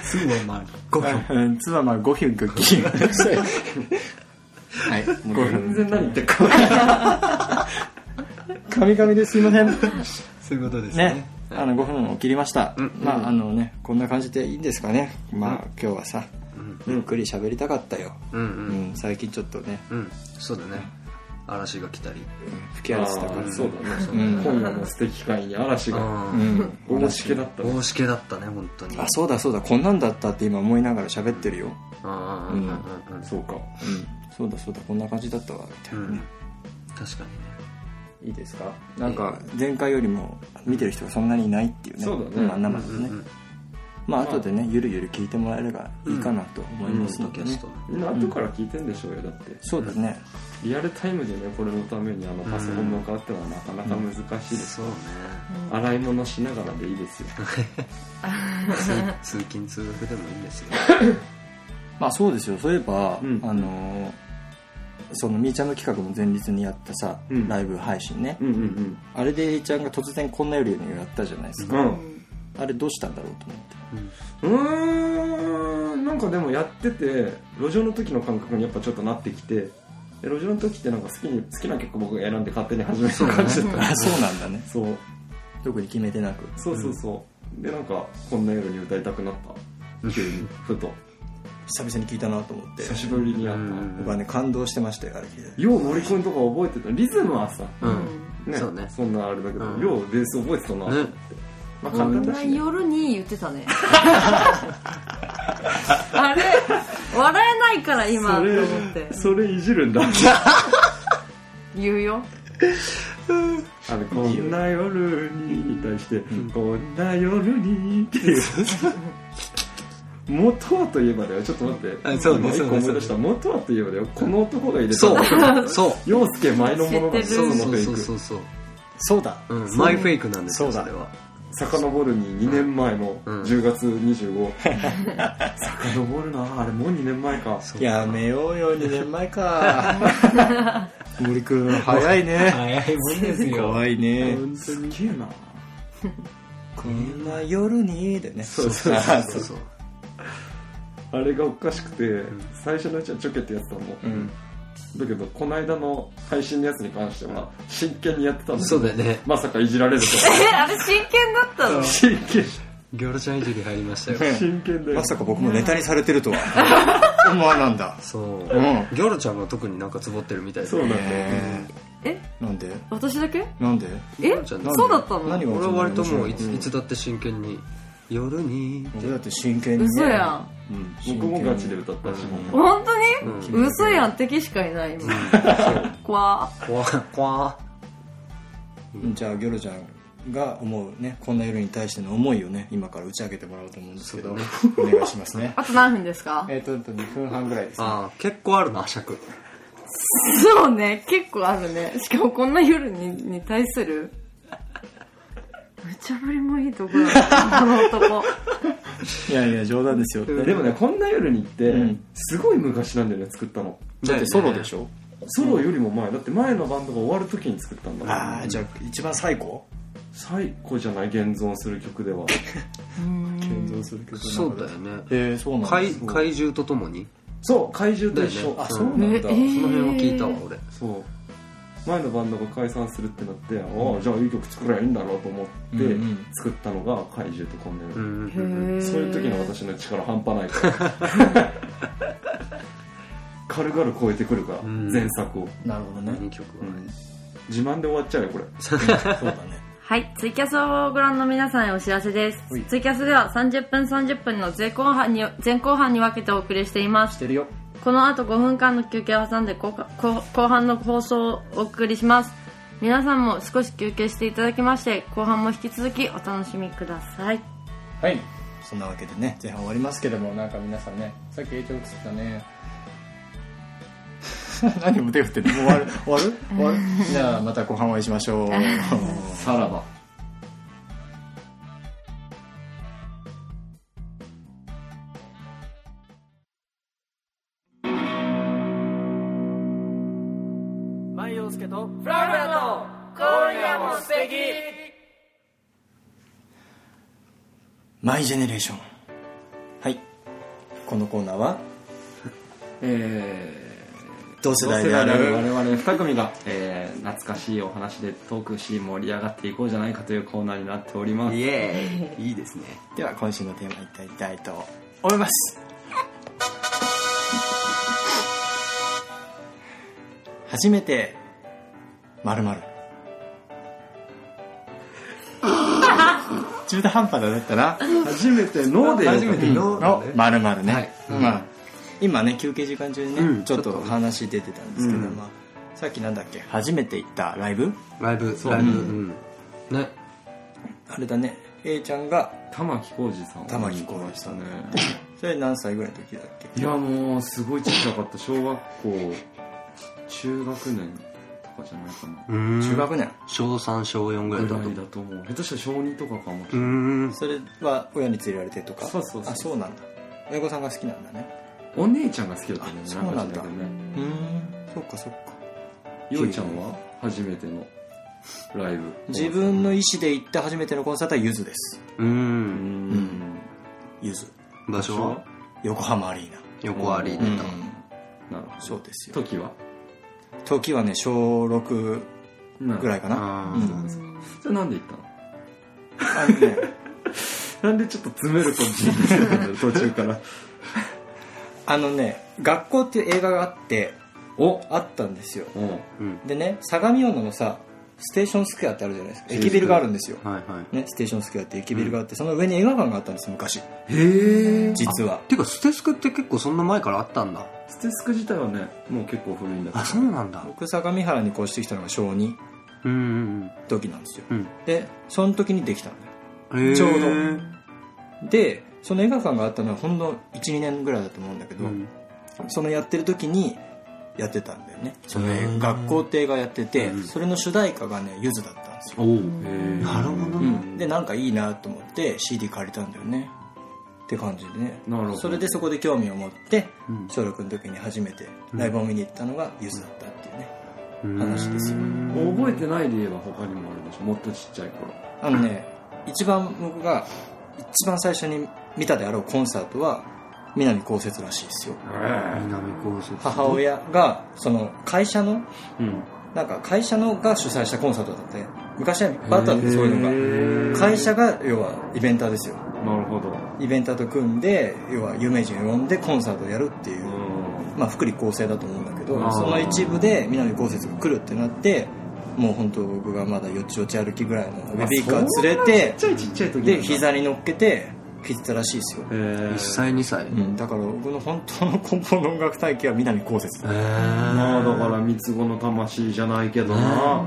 B: すごいまあ5分
A: うんつまま5分クッキーはい5
D: 全
A: 分
D: 然何言ってるか
A: カミカミですいませんね
B: そういうことですね
A: あの5分を切りました、まああのねこんな感じでいいんですかねまあ、今日はさ、ゆっくり喋りたかったよ、
B: うんうん
A: うん最近ちょっとね
B: うんそうだね嵐が来たり
A: 吹き荒れてたから
D: そうだね、
A: ん
D: 今夜の素敵会に嵐が
A: う
B: うん
A: ん
D: 大しけだったね
B: 大しけだったね本当に
A: あそうだそうだこんなんだったって今思いながら喋ってるよ、
B: うんうんうんうんうん
D: そうか
A: うん、そうだそうだこんな感じだったわみたいなね、
B: 確かにね
D: いいですか
A: なんか前回よりも見てる人がそんなにいないっていうね
D: そうだね
A: まあ、生でね、
B: うんうん
A: まあ後でねゆるゆる聞いてもらえればいいかなと思いますので、
B: キ
A: ね
B: ャストの
D: みんな後から聞いてんでしょうよだって
A: そうだね、
D: リアルタイムでねこれのためにあのパソコン向かってはなかなか難しいです、
B: そうね
D: 洗い物しながらでいいですよ
B: 通通勤通学でもいいんですよ
A: まあそうですよそういえば、
D: うん
A: あのーそのみーちゃんの企画の前日にやったさ、
D: うん
A: ライブ配信ね、
D: うんうん
A: あれでえいちゃんが突然こんな夜にやったじゃないです
D: う
A: か、
D: んうん
A: あれどうしたんだろうと思 [laughs] って
D: うーんなんかでもやってて路上の時の感覚にやっぱちょっとなってきてで路上の時ってなんか好きに好きな曲僕選んで勝手に始める感じだった
A: あそうなんだね
D: そう
A: 特に決めてなく
D: そうそうそうでなんかこんな夜に歌いたくなった急にふと
A: 久々に聞いたなと思って
D: 久しぶりにやっ
B: うん
A: 僕はね感動してましたよあれ聞い
D: たよう森君とか覚えてたリズムはさ
B: う
C: うん
B: ん
D: ね
B: そうね
D: そんなあれだけど
B: うん
D: ようベース覚えてたなと思って
B: ね
D: まあ
C: こ
D: 簡単
C: ん
D: だ
C: な
D: しね
C: 夜に言ってたね [laughs] あれ笑えないから今と
D: それ
C: 思って
D: それ [laughs] いじるんだ
C: 言うよ
D: あのこんな夜にに対してこんな夜にっていう [laughs] 元はといえばだよちょっと待って
B: あそうね
D: 今一個思い出した元はといえばだよこの男が入れた
B: そうそう
D: 陽介前のものが
C: 知って
D: そ
C: る
D: う
B: そ
D: の
B: う
D: でい
B: そう
D: く
B: そうそう
A: そうだ
B: うんマイフェイクなんですよ
A: そうだ
B: それは
D: 遡るに2年前の
B: うん
D: 10月25
B: [laughs]
D: 遡るなあれもう2年前か
B: そう
A: やめようよ2年前か森くん早いね
B: 早いもんです
A: 怖いね
D: すげえな
A: こんな夜にだよね
B: そうそうそうそうそう
D: あれがおかしくて最初のうちはちょけてやってたの
A: うん
D: だけどこの間の配信のやつに関しては真剣にやってたの
B: そうだよね
D: まさかいじられると
C: え
D: は
C: あれ真剣だったの
D: 真剣
B: ギョロちゃんいじり入りましたよ
D: 真剣だよ
A: まさか僕もネタにされてるとは思わなんだ
B: そう
A: うん
B: ギョロちゃんが特になんかツボってるみたいで
D: そうなんだよ
A: え
C: え
A: ーなんで
C: 私だけ
A: なんで
C: え
B: ちゃん
C: そうだったの
A: 何が
B: 俺は割ともういつ
A: うん
B: いつだって真剣に夜に
A: 俺だって真剣にね
C: 嘘やん
A: うん
D: 僕もガチで歌ったし
C: 本当
B: う
C: に、
B: ん
C: 嘘やん敵しかいない今怖
B: 怖怖
A: じゃあギョロちゃんが思うねこんな夜に対しての思いをね今から打ち明けてもらおうと思うんですけど、お願いします
C: [laughs]
A: ね
C: あと何分ですか
A: えっと2分半ぐらいですね
B: ああ結構あるな尺
C: そうね結構あるねしかもこんな夜にに対する無茶ぶりもいいとこだなこの男
A: いやいや冗談ですよ
D: でもねこんな夜にって
A: うん
D: すごい昔なんだよね作ったの
A: だってソロでしょ、
D: ソロよりも前だって前のバンドが終わる時に作ったんだもん
A: ああじゃあ一番最高
D: 最高じゃない現存する曲では
A: 建造する曲
B: そうだよね
A: えー、そうなん
B: 怪
A: です
B: 怪獣とともに
D: そう怪獣と一
B: だ
D: 緒、
B: よね
A: あそうなんだ、
C: ねえ
B: その辺は聞いたわ俺
D: そう前のバンドが解散するってなって、ああじゃあいい曲作ればいいんだろうと思って
A: うんうん
D: 作ったのが怪獣とこんな
B: う
D: 夜、
B: ん
C: へー
D: そういう時の私の力半端ないから [laughs] 軽々超えてくるから、
B: ん
D: 前作を
A: なるほどね、
B: 2曲はね
D: 自慢で終わっちゃうよこれ
A: そうだね
C: はい、ツイキャスをご覧の皆さんへお知らせです。ツイキャスでは30分30分の前後半に前後半に分けてお送りしていま
A: し
C: す。
A: てるよ
C: この後5分間の休憩を挟んで後後後半の放送をお送りします。皆さんも少し休憩していただきまして、後半も引き続きお楽しみください。
A: はいそんなわけでね前半終わりますけどもなんか皆さんねさっき影響映ってたね [laughs] 何も手振ってんのもう終わる終わる [laughs] 終わるじゃあまた後半お会いしましょ [laughs] う
D: さらば
F: マイヨウスケとフラフラの今夜も素敵
A: マイジェネレーションはいこのコーナーは
D: え
A: 同
D: ー
A: 世
D: 同
A: 代
D: 世
A: であ
D: 代である
A: る
D: 我々2組が、えー懐かしいお話でトークし盛り上がっていこうじゃないかというコーナーになっております
B: イエーイいいですね
A: では今週のテーマいってみたいと思います初めてまるまる中途半端だったな
D: 初めて脳で
B: 初めて
D: の
B: の
A: のまるまるね、
B: はい
A: まあ今ね休憩時間中にね、
B: うん
A: ちょっと
B: ちょっと
A: 話出てたんですけど、
B: うん
A: まあ、さっきなんだっけ初めて行ったライブ
B: ライブ
D: う
B: ライブうんね
A: あれだね A ちゃんが
D: 玉置浩二さんを
A: 玉置浩二さん
D: ね
A: それ何歳ぐらいの時だっけ
D: いやもうすごいちっちゃかった小学校中学年とかじゃないかな
A: 中
B: 中
A: 学年
B: 小3小4ぐらい
D: ぐ
B: だ
D: ら
B: と
D: いだと思う下手したら小2とかかもし
B: う
D: れない
B: ん
A: それは親に連れられてとか
D: そうそうそう
A: あそうなんだ親御さんが好きなんだね
D: お姉ちゃんが好きだったね
A: あそうなんだ
D: か知らけど
A: う
D: ね
A: ーんそっかそっか
D: ようちゃんは初めてのライブ
A: 自分の意思で行って初めてのコンサートはゆずです
B: う
D: うんん
A: ゆず
B: 場所は
A: 横浜アリーナ
B: 横アリー
A: う
B: ナ
A: ん
B: だ
D: なるほど
A: そうですよ
D: 時は
A: 時はね小6ぐら
D: い
A: いかな
B: あ
A: う
B: ー
A: ん
D: じゃあなんで行ったの
A: あのね
D: なんでちょっと詰める感じにしてたんだよ途中から
A: あのね学校っていう映画があって
D: お
A: あったんですよ
D: お [laughs] う
B: うん
A: でね相模大野のさステーションスクエアってあるじゃないですか駅ビルがあるんですよ、
B: はいはい
A: ね、ステーションスクエアって駅ビルがあって、その上に映画館があったんです昔
D: へえ
A: 実は
B: てかステスクって結構そんな前からあったんだ
D: ステスク自体はねもう結構古いんだけど
B: あそうなんだ
A: 僕相模原に越してきたのが小2
B: うんうん
A: 時なんですよ
B: うん
A: でその時にできたんだよ
B: うん
A: ちょうど
B: へー
A: でその映画館があったのはほんの12年ぐらいだと思うんだけど、
B: うん
A: そのやってる時にやってたんだよねその映
B: うん
A: 画学校って映画やってて、
B: うん
A: それの主題歌がねゆずだったんですよ、
B: おお
D: へえ
B: なるほど
A: うんでなんかいいなと思って CD 借りたんだよねって感じでね
D: なるほど
A: それでそこで興味を持って
B: うん
A: 小6の時に初めてライブを見に行ったのがゆずだったっていうね、話ですよ
D: 覚えてないで言えば他にもあるでしょもっとちっちゃい頃
A: あのね一番僕が一番最初に見たであろうコンサートは南こうせつらしいですよ
B: 南高卒
A: 母親がその会社の
D: うん
A: なんか会社のが主催したコンサートだって昔はいっぱいあったんで
D: へー
A: そういうのが会社が要はイベンターですよ
D: なるほど
A: イベンターと組んで要は有名人を呼んでコンサートをやるっていう、まあ、福利厚生だと思うんだけど
D: あー
A: その一部で南こうせつが来るってなってもう本当僕がまだよちよち歩きぐらいのベビーカー連れて
D: ちっちゃいちっちゃい時なんだ
A: で膝に乗っけて聴いてたらしいですよ、
D: へー
B: 1歳2歳へ
A: うん、だから僕の本当の根本の音楽体系は南こうせつだ
D: ま
B: え
D: あだから三つ子の魂じゃないけどな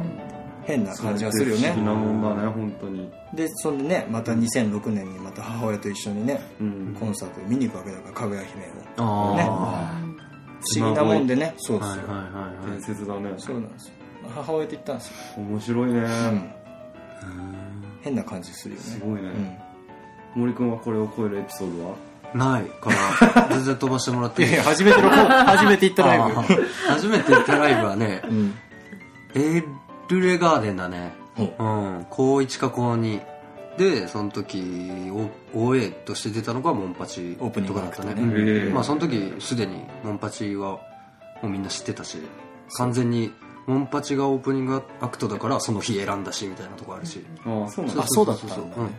A: 変な感じがするよ
D: それって不思議な
A: ね
D: もんだね本当に
A: でそんでねまた2006年にまた母親と一緒にね
D: うん
A: コンサートを見に行くわけだからかぐや姫を
B: あ
A: 不思議なもんでねそう
B: あ
A: です
B: はい
A: よ、
B: はいはいはい
D: 伝説だね
A: そうなんですよ母親と行ったんですよ、
D: 面白い
A: う
D: ね
A: ん、
B: うん
A: 変な感じするよね
D: すごいね
A: うん
D: 森君はこれを超えるエピソードは
B: ない
A: [laughs]
B: から全然飛ばしてもらっていい
A: いや初めてのこう初めて行ったライ
B: あ
A: ブ
B: ー初めて行ったライブはね
A: [laughs] うん
B: エールレガーデンだね
A: ほ
B: うん高1か高2でその時お OA として出たのがモンパチ
A: オープニン
B: と
A: グ
B: か
A: ア
B: だ
A: ク
B: っ
A: ト
B: た
A: ね
B: ね
D: へえ
B: まあその時すでにモンパチはもうみんな知ってたし完全にモンパチがオープニングアクトだからその日選んだしみたいなとこあるし
D: ああそうなん
A: あ
D: だ
A: そうだったんだね
B: うん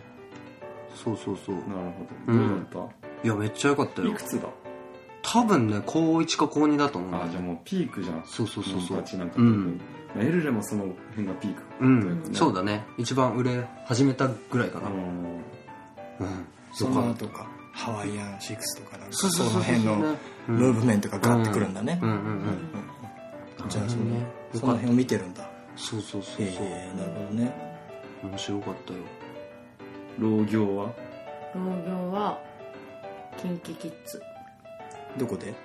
B: そうそうそう
D: なる
B: う
D: ほどどうんだっ
B: いやめっちゃ良かった
D: たい
B: よ
D: くつだ
B: 多分ね高1か高2だと思うんだよ
D: あ
B: ね
D: じゃあもうピークじゃん
B: そうそうそうそ
D: モン
B: う
D: パチなんか
B: うん
D: まあエルレもその辺がピーク
B: うんそう
D: だ
B: だね一番売れ始めたぐらいかなうん
A: そ
B: よか
A: の
B: った
A: 後かハワイアンシックスとかなんか
B: そう
A: そ
B: そう
A: の
B: そう
A: 辺の
B: うん
A: ムーブメントがガッてくるんだね
B: うんうんうん
A: じゃあその
B: なる
A: そ
B: ほどね
A: の辺を見てるんだ
B: そうそうそうそう、
A: ええなるほどね
B: 面白かったよ
D: 農業は
C: 農業はキンキキッズ
A: どこで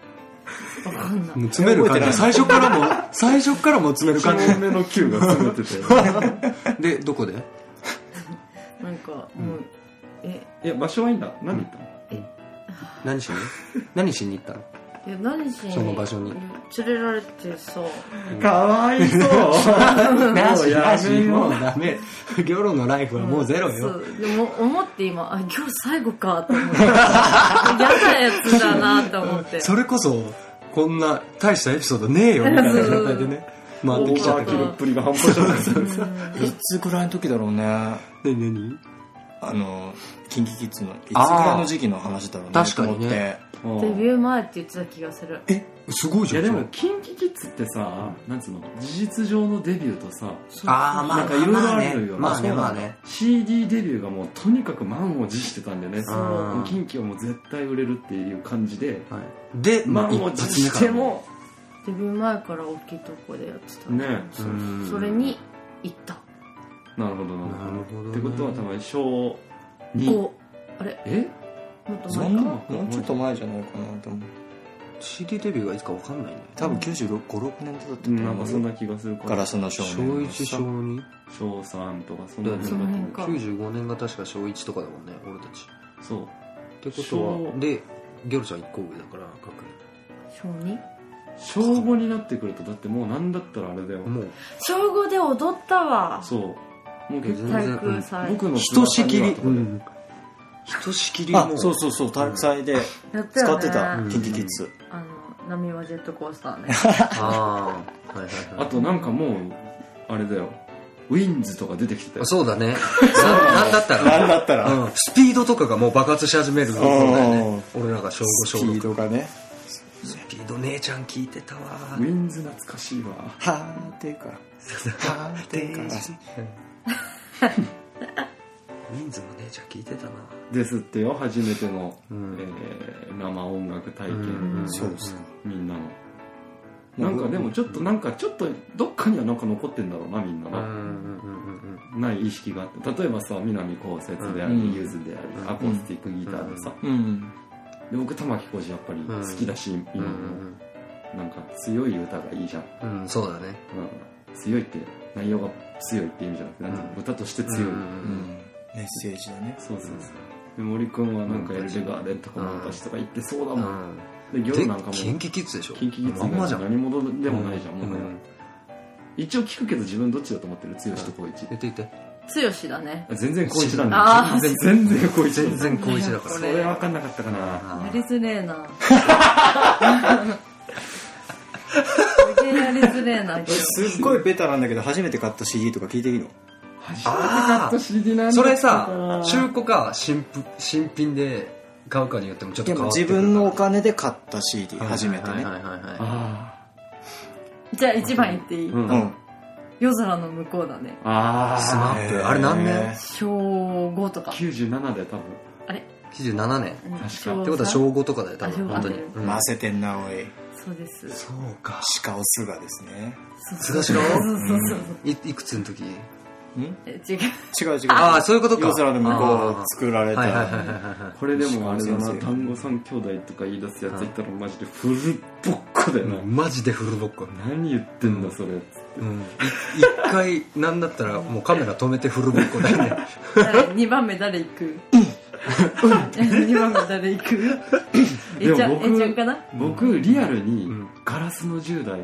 C: わかんない
B: もう詰める感じ
A: 覚
B: 最初からも最初からもう詰める感
D: 1目の Q が詰めてて
B: [laughs] じでどこで
C: なんかもう、え
D: いや場所はいいんだ何言ったの
B: 何しに何しに行ったの
C: いや何しに
B: その場所に
C: 連れられてさ
D: かわい
B: [laughs]
D: そう
B: なしなし
D: めよう
B: もうダメギョロのライフはもうゼロ
C: そ
B: よ
C: うでも思って今あ今日最後かと思って嫌なやつだなと思って
B: それこそこんな大したエピソードねえよみたいな状態でね回ってきちゃったけ
D: オーバーキル
B: ど
D: っぷりが半端じゃ
B: [laughs]
D: ない
A: いつぐらいの時だろうねあ
B: 何何
A: のキンキキッズのいつぐ
B: あー
A: らいの時期の話だろうね
B: 確かにね
D: う
C: デ
D: ん
C: ビュー前って言ってた気がする
B: えすごい
D: い
B: じゃ
D: や
B: んそ
D: でも
B: れ
D: KinKiKids ってさなんつうの事実上のデビューとさ
B: ああまあ
D: なんかいろいろあるよね
B: まあねまあね
D: CD デビューがもうとにかく満を持してたんだよね
B: そう
D: もう近畿はもう絶対売れるっていう感じで
B: はいでまあ
D: 満
B: 一
D: を持
B: 発目
D: し
B: か
D: て
B: らね
D: も
C: デビュー前から大きいとこでやってた
D: ね
C: そう
B: うん
C: それに行った
D: なるほどな
B: な
D: る
B: るほど
D: ほ
B: ね
D: どってことは多分小2
C: こうあれ
D: え
C: もっと
A: そ
C: 前
A: んな
C: か
A: のもうちょっと前じゃないかなと思う
B: CD デビューがいつかわかんないね
A: 多分956年だったと
D: うんなん
A: 思
D: か
A: う
D: そんな気がするか
A: ガ
D: ら
A: ラスの少
B: 小
A: 年
B: 1小2
D: 小3とかそん
B: だ
D: な
B: よね
D: のだと思う
C: その辺か
B: 95年が確か小1とかだもんね俺たち
D: そう
B: ってことは
D: 小
B: でギョルちゃん1個上だから各
C: 小 2?
D: 小5になってくるとだってもうなんだったらあれだよ
B: 年もう
C: 小5で踊ったわ
D: そうもう結
B: 全
D: 構
B: 然
C: 体育祭
D: 僕の
B: ひとしきり
D: 姿には
B: ひとしきり
A: あ
B: もう
A: そうそうそう体育祭で
C: やったよ
A: 使
C: ね
A: ってた
B: ん
A: キンキキッズ
C: あの波はジェットコースタ
B: [laughs]
C: ーね
B: ああはいはいはい
D: あとなんかもうあれだよウィンズとか出てきてたよ
B: あ [laughs] そうだねななんだった
A: なん
B: ら
A: だったら
B: うん、スピードとかがもう爆発し始める頃だよね俺らが小5
A: ス
B: 小
A: ピー
B: 6
A: ドがね
B: スピード姉ちゃん聞いてたわ
D: ウィンズ懐かしいわ
A: はーてかはーてか
B: 人数の姉ちゃん聞いてたな
D: ですってよ初めての、
B: うん
D: えー生音楽体験、
B: ん
A: そうそう
D: みんなのなんかでもちょっとなんかちょっとどっかにはなんか残ってんだろうなみんな
B: うんう
D: の、
B: んうん
D: ない意識があって例えばさ南こうせつであり、
A: うん
D: ゆずであり、
B: うん
D: アコースティックギターでさ、
A: うん
D: で僕玉置浩二やっぱり好きだし、
B: うんうん
D: 今も、なんか強い歌がいいじゃん、
B: うんうんそうだね
D: うん強いって内容が強いって意味じゃなくて、なんていうの
B: うん
D: 歌として強い、
B: うんう
A: うんんメッセージだね
D: そうそうそうで森君はなんかエルレガーデンとかの私とか言ってそうだ
B: う
D: もん、
B: ん
D: で
B: で
D: 夜なんかも
B: キンキキッズでしょ
D: キンキキッズ
B: まんまじゃん
D: 何者でもないじゃん、
B: う
D: もはや
B: ん
D: 一応聞くけど自分どっちだと思ってる剛と光一
B: 言って言って
C: 剛だね
D: あ全然光一なん
C: あ
D: だ
C: ー
D: 全然全然光一
B: 全然高一だから
D: それ分かんなかったかな
C: や
B: あ
C: りづれえなすげえやりづれえなけど
A: すっごいベタなんだけど初めて買った CD とか聞いていいの
B: あー
D: CD なんだ
B: それさ中古か新婦新品で買うかによってもちょっと
A: で
B: 変
A: も
B: わって
A: 自
B: くる
A: 分のお金で買った CD 初めて
B: はい
A: ね
B: はいはいはいはい
D: あ
C: じゃあ一番言っていい、
D: ーうん、
A: う
D: あ
A: ん
C: 夜空の向こうだね
B: ス
D: あ
B: マップあれ何年
C: 小5とか
D: 97で多分
C: あれ
B: 97年
C: うん
D: 確か
C: 小
B: ってことは
C: 三
B: 小5とかだよ多
C: あ小
B: 分
C: 五
B: 本当に
C: あ
B: うん
A: ませてんなおい
C: そうです
B: そうか
A: 鹿をすがですね
B: すがしろ
C: そうそうそうそう
B: いいくつの時
C: え違う
A: 違う違う
B: ああそういうことか
A: 夜空の向こう
B: あ
A: を作られ
B: ーはいはいはい
A: た
B: はいはい
D: これでもあれだ
A: しか
D: な
A: も
D: 単語三兄弟とか言い出すやついたらマジでフルボッコだよな、
B: マジでフルボッコ、
D: 何言ってんだそれ、
B: うん、い一回なんだったらもうカメラ止めてフルボッ
A: [laughs]
B: コだよね
C: 誰2番目誰行く2 [laughs] 番目誰行くえちゃんえちゃんかな
D: 僕リアルに
B: うん
D: ガラスの10代、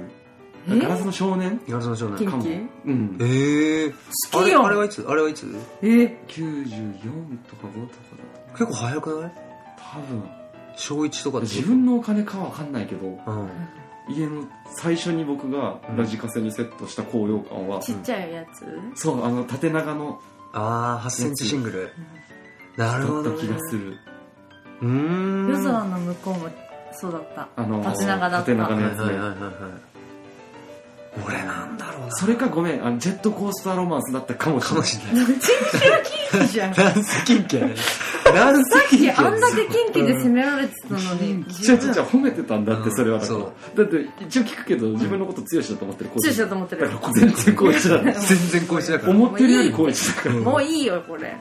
C: え
D: ガラスの少年
B: ガラスの少
C: キ
B: 年
C: ン
D: かも
C: キ
D: うん
B: ええー、
C: 好きよ
B: あれあれはいつあれはいつ
C: え
D: 94とか5とかだと
B: 結構早くない
D: 多分
B: 小1とかで
D: 自分のお金かわかんないけど
B: うん
D: 家の最初に僕がラジカセにセットした高揚感は、
C: ちっちゃいやつ
D: そうあの縦長の
B: ああ8センチシングルなる
D: だ
B: ほ
D: った
B: ど、ね、
D: 気がする
B: うーん
C: 夜空の向こうもそう
B: [laughs]
C: だった
D: あの
C: 縦長だった
D: 縦長
B: は
D: の
B: いは
D: や
B: い
D: つね、
B: はいはいはい俺なんだろうな
D: それかごめんあのジェットコースターロマンスだったかもし
B: か
D: れ
B: も
D: ない
B: しれない
C: いいじゃんさ
B: ダンスキンキャダンス
C: っ
B: キンキ
C: き
B: ャ
C: あんだけキンキで攻められてたのに
D: ちょちょちょ褒めてたんだって
B: うん
D: それはだから、
B: そ
D: だって一応聞くけど自分のこと強しだと思ってる
C: 強しだと思ってる
D: だから全然こいつだね
B: 全然こいつだから
D: 思ってるよりこいつだから
C: もういいよこれ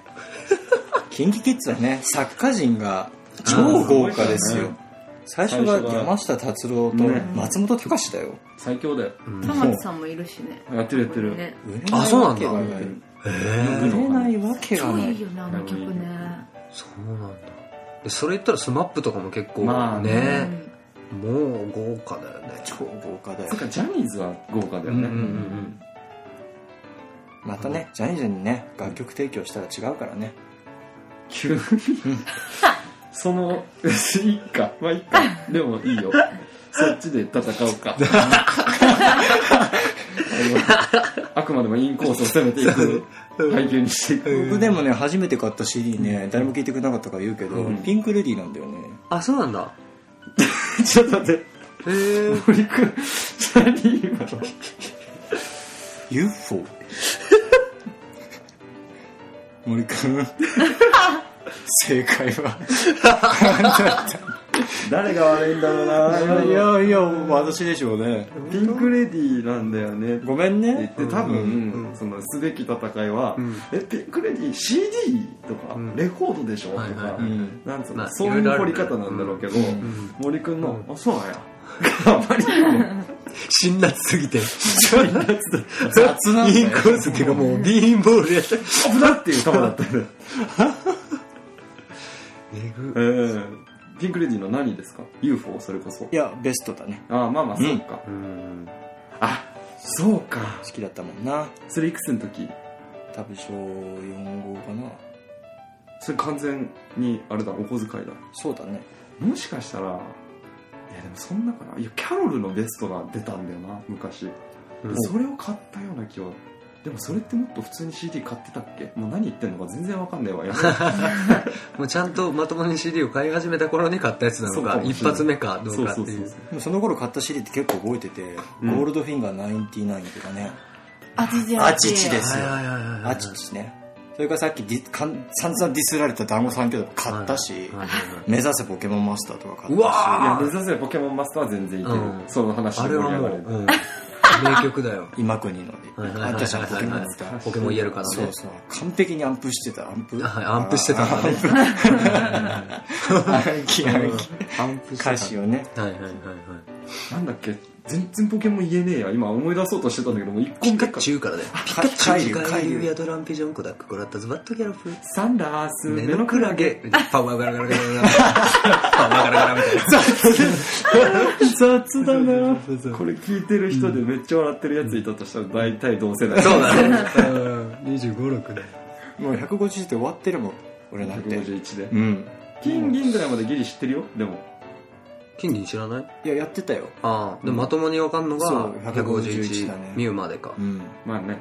A: キンキキッズはね作家陣が超豪華ですよ最初が山下達郎と
D: うん
A: 松本隆だよ、
D: 最強だよ
C: 玉木さんもいるしね
D: やってるやってる、
C: ね
A: 売れ
B: あそうなんだ
A: わけがない
B: え
A: 売れないわけが
C: 超
A: ないい
C: いよねあの曲ね
B: そうなんだでそれ言ったら SMAP とかも結構
D: まあ
B: ね
C: うん
B: もう豪華だよね
A: 超豪華だよ
D: つうかジャニーズは豪華だよね、
B: うんうんうん
A: またねジャニーズにね楽曲提供したら違うからね
D: 急にそのいいかまあいいかでもいいよそっちで戦う [laughs] かあのあくまでもインコースを攻めていく配球にしていく
A: 僕でもね初めて買った CD ね誰も聞いてくれなかったから言うけど、
D: うん
A: ピンク・レディーなんだよね
B: あそうなんだ
D: ちょっと待って
B: へえ
D: 森君何今の
A: UFO 森君正解は
D: 誰が悪いんだろうない
A: やいや私でしょうね
D: ピンクレディーなんだよね
A: ごめん
D: で
A: ね
D: 多分、
B: うん
D: そのすべき戦いは、
B: うん
D: えピンク・レディー CD とか、
B: うん
D: レコードでしょ、
B: はい
D: とか、
B: は
A: う
B: い
A: ん
D: なんつうの、
B: まあ
D: そう
B: いろ
D: い
B: いろ
D: う
B: ある
D: 掘
B: ね
D: り方なんだろうけど、
A: うん
D: 森くんの、
B: う
D: あそうなんやあんまりにも
B: 辛辣すぎて
D: 辛辣だ
A: 雑なんだ
B: イ
A: よ
B: ンコースっていうかもうビーンボールやった
D: 危なっていう球だったよね、
B: えぐ
D: [laughs] えー、ピンク・レディーの何ですか UFO それこそ
A: いやベストだね
D: あまあまあ
A: うん
D: そうか、
B: うん
D: あそうか
A: 好きだったもんな
D: それいくつの時
A: 多分小4号かな
D: それ完全にあれだお小遣いだ
A: そうだね
D: もしかしたらいやでもそんなかないやキャロルのベストが出たんだよな昔
B: うん
D: それを買ったような気はでもそれってもっと普通に CD 買ってたっけもう何言ってんのか全然わかん
B: [laughs]
D: ないわやばい
B: もうちゃんとまともに CD を買い始めた頃に買ったやつな
D: そ
B: の
D: うか
B: か
D: もしれない
B: 一発目かどう
D: そう
B: かって
D: そう
B: い
D: そう
B: う
D: そう
A: でもその頃買った CD って結構覚えてて、
D: うん
A: ゴールドフィンガー99とかね
C: あちち
A: あちちで
B: は
A: す
B: い
A: よ
B: はいはいはい
A: あちちねそれからさっきディかん散々ディスられた団子三兄弟も買ったし、
B: はいはいはい
A: 目指せポケモンマスターとか買ったし
B: うわ
D: いや目指せポケモンマスターは全然いける、
B: うん
D: その話
B: あれ
D: で盛
B: は
D: り上
B: も
D: が
B: う
D: れる
B: うん名曲だよ
A: 今国のであったじゃんポケモンマスター
B: ポケモンやるから
A: そ
B: ね
A: うそう完璧にアンプしてたアンプ
B: [laughs] はいアンプしてたんだね
A: アンキアンキ
B: アンプしてた
A: 歌詞をね
B: はいはいはいはい
D: なんだっけ全然ポケモン言えねえや今思い出そうとしてたんだけどもう一個
B: ピ
D: も出
B: カ [laughs]
D: っか
B: チュウからだよピ
A: か
B: カチュウ
A: カイリュウ
B: カ
A: カイ
B: イ
A: リュウ
B: リュウやドランピジョンコダックコラッタズバットギャロフ
D: サンダース
B: 目
D: 目
B: の
D: の
B: ク
D: ク
B: ラ
D: ラ
B: ゲ
D: ゲ
B: パワーガラガラガラガラパワーガラガラガラみたいな
D: 雑だなこれ聞いてる人でめっちゃ笑ってるやついたとしたら大体同世代
B: そうだね2 5六だよ
A: もう150って終わってるもん俺なんて
D: 151で
A: うん
D: 金銀ぐらいまでギリ知ってるよでも
B: [laughs] 金銀知らない
A: いややってたよ
B: ああでもまともにわかんのが
A: そう151
B: 151
A: だね
B: ミュウまでか
A: うん
D: まあね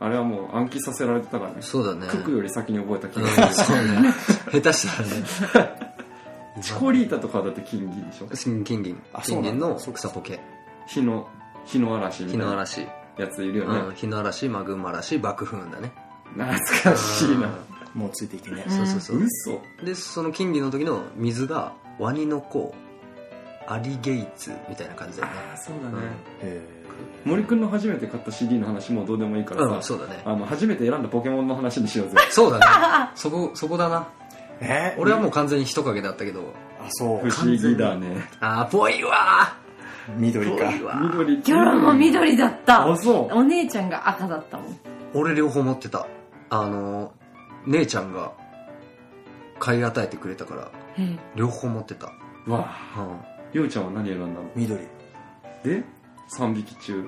D: あれはもう暗記させられてたからね
B: そうだね
D: ククより先に覚えた気
B: うん
D: がする
B: そうね下手したらね
D: チコリータとかはだって金銀でしょ
B: 金銀銀
A: あそう
B: 金
A: なんだ
B: 銀の草ポケ
D: 日の日の嵐みた
B: 火
D: い
B: の
D: な
B: 嵐
D: やついるよ
B: うん
D: ね
B: 火の嵐マグマ嵐爆風雲だね
D: 懐かしいな
A: もうついていけね
B: そうそうそう
D: 嘘
B: でその金銀の時の水がワニの子アリゲイツみたいな感じだよね
D: ああそうだね
A: え
D: 森くんの初めて買った CD の話もうどうでもいいか
B: う
D: ら
B: ん
D: さ
B: そうだね
D: あの初めて選んだポケモンの話にしようぜ
B: そうだねそこそこだな
A: え
B: 俺はもう完全に人影だったけど
A: あそう
D: 不思議だね
B: あーぽいわー
A: 緑
B: ぽ
A: か
B: いわー
D: 緑
C: ギョロも緑だった
D: あそう
C: お姉ちゃんが赤だったもん
B: 俺両方持ってたあのー姉ちゃんが買い与えてくれたから
C: うん
B: 両方持ってた、
D: わあ
B: うん、
D: りょうちゃんは何選んだの
A: 緑い
D: で3匹中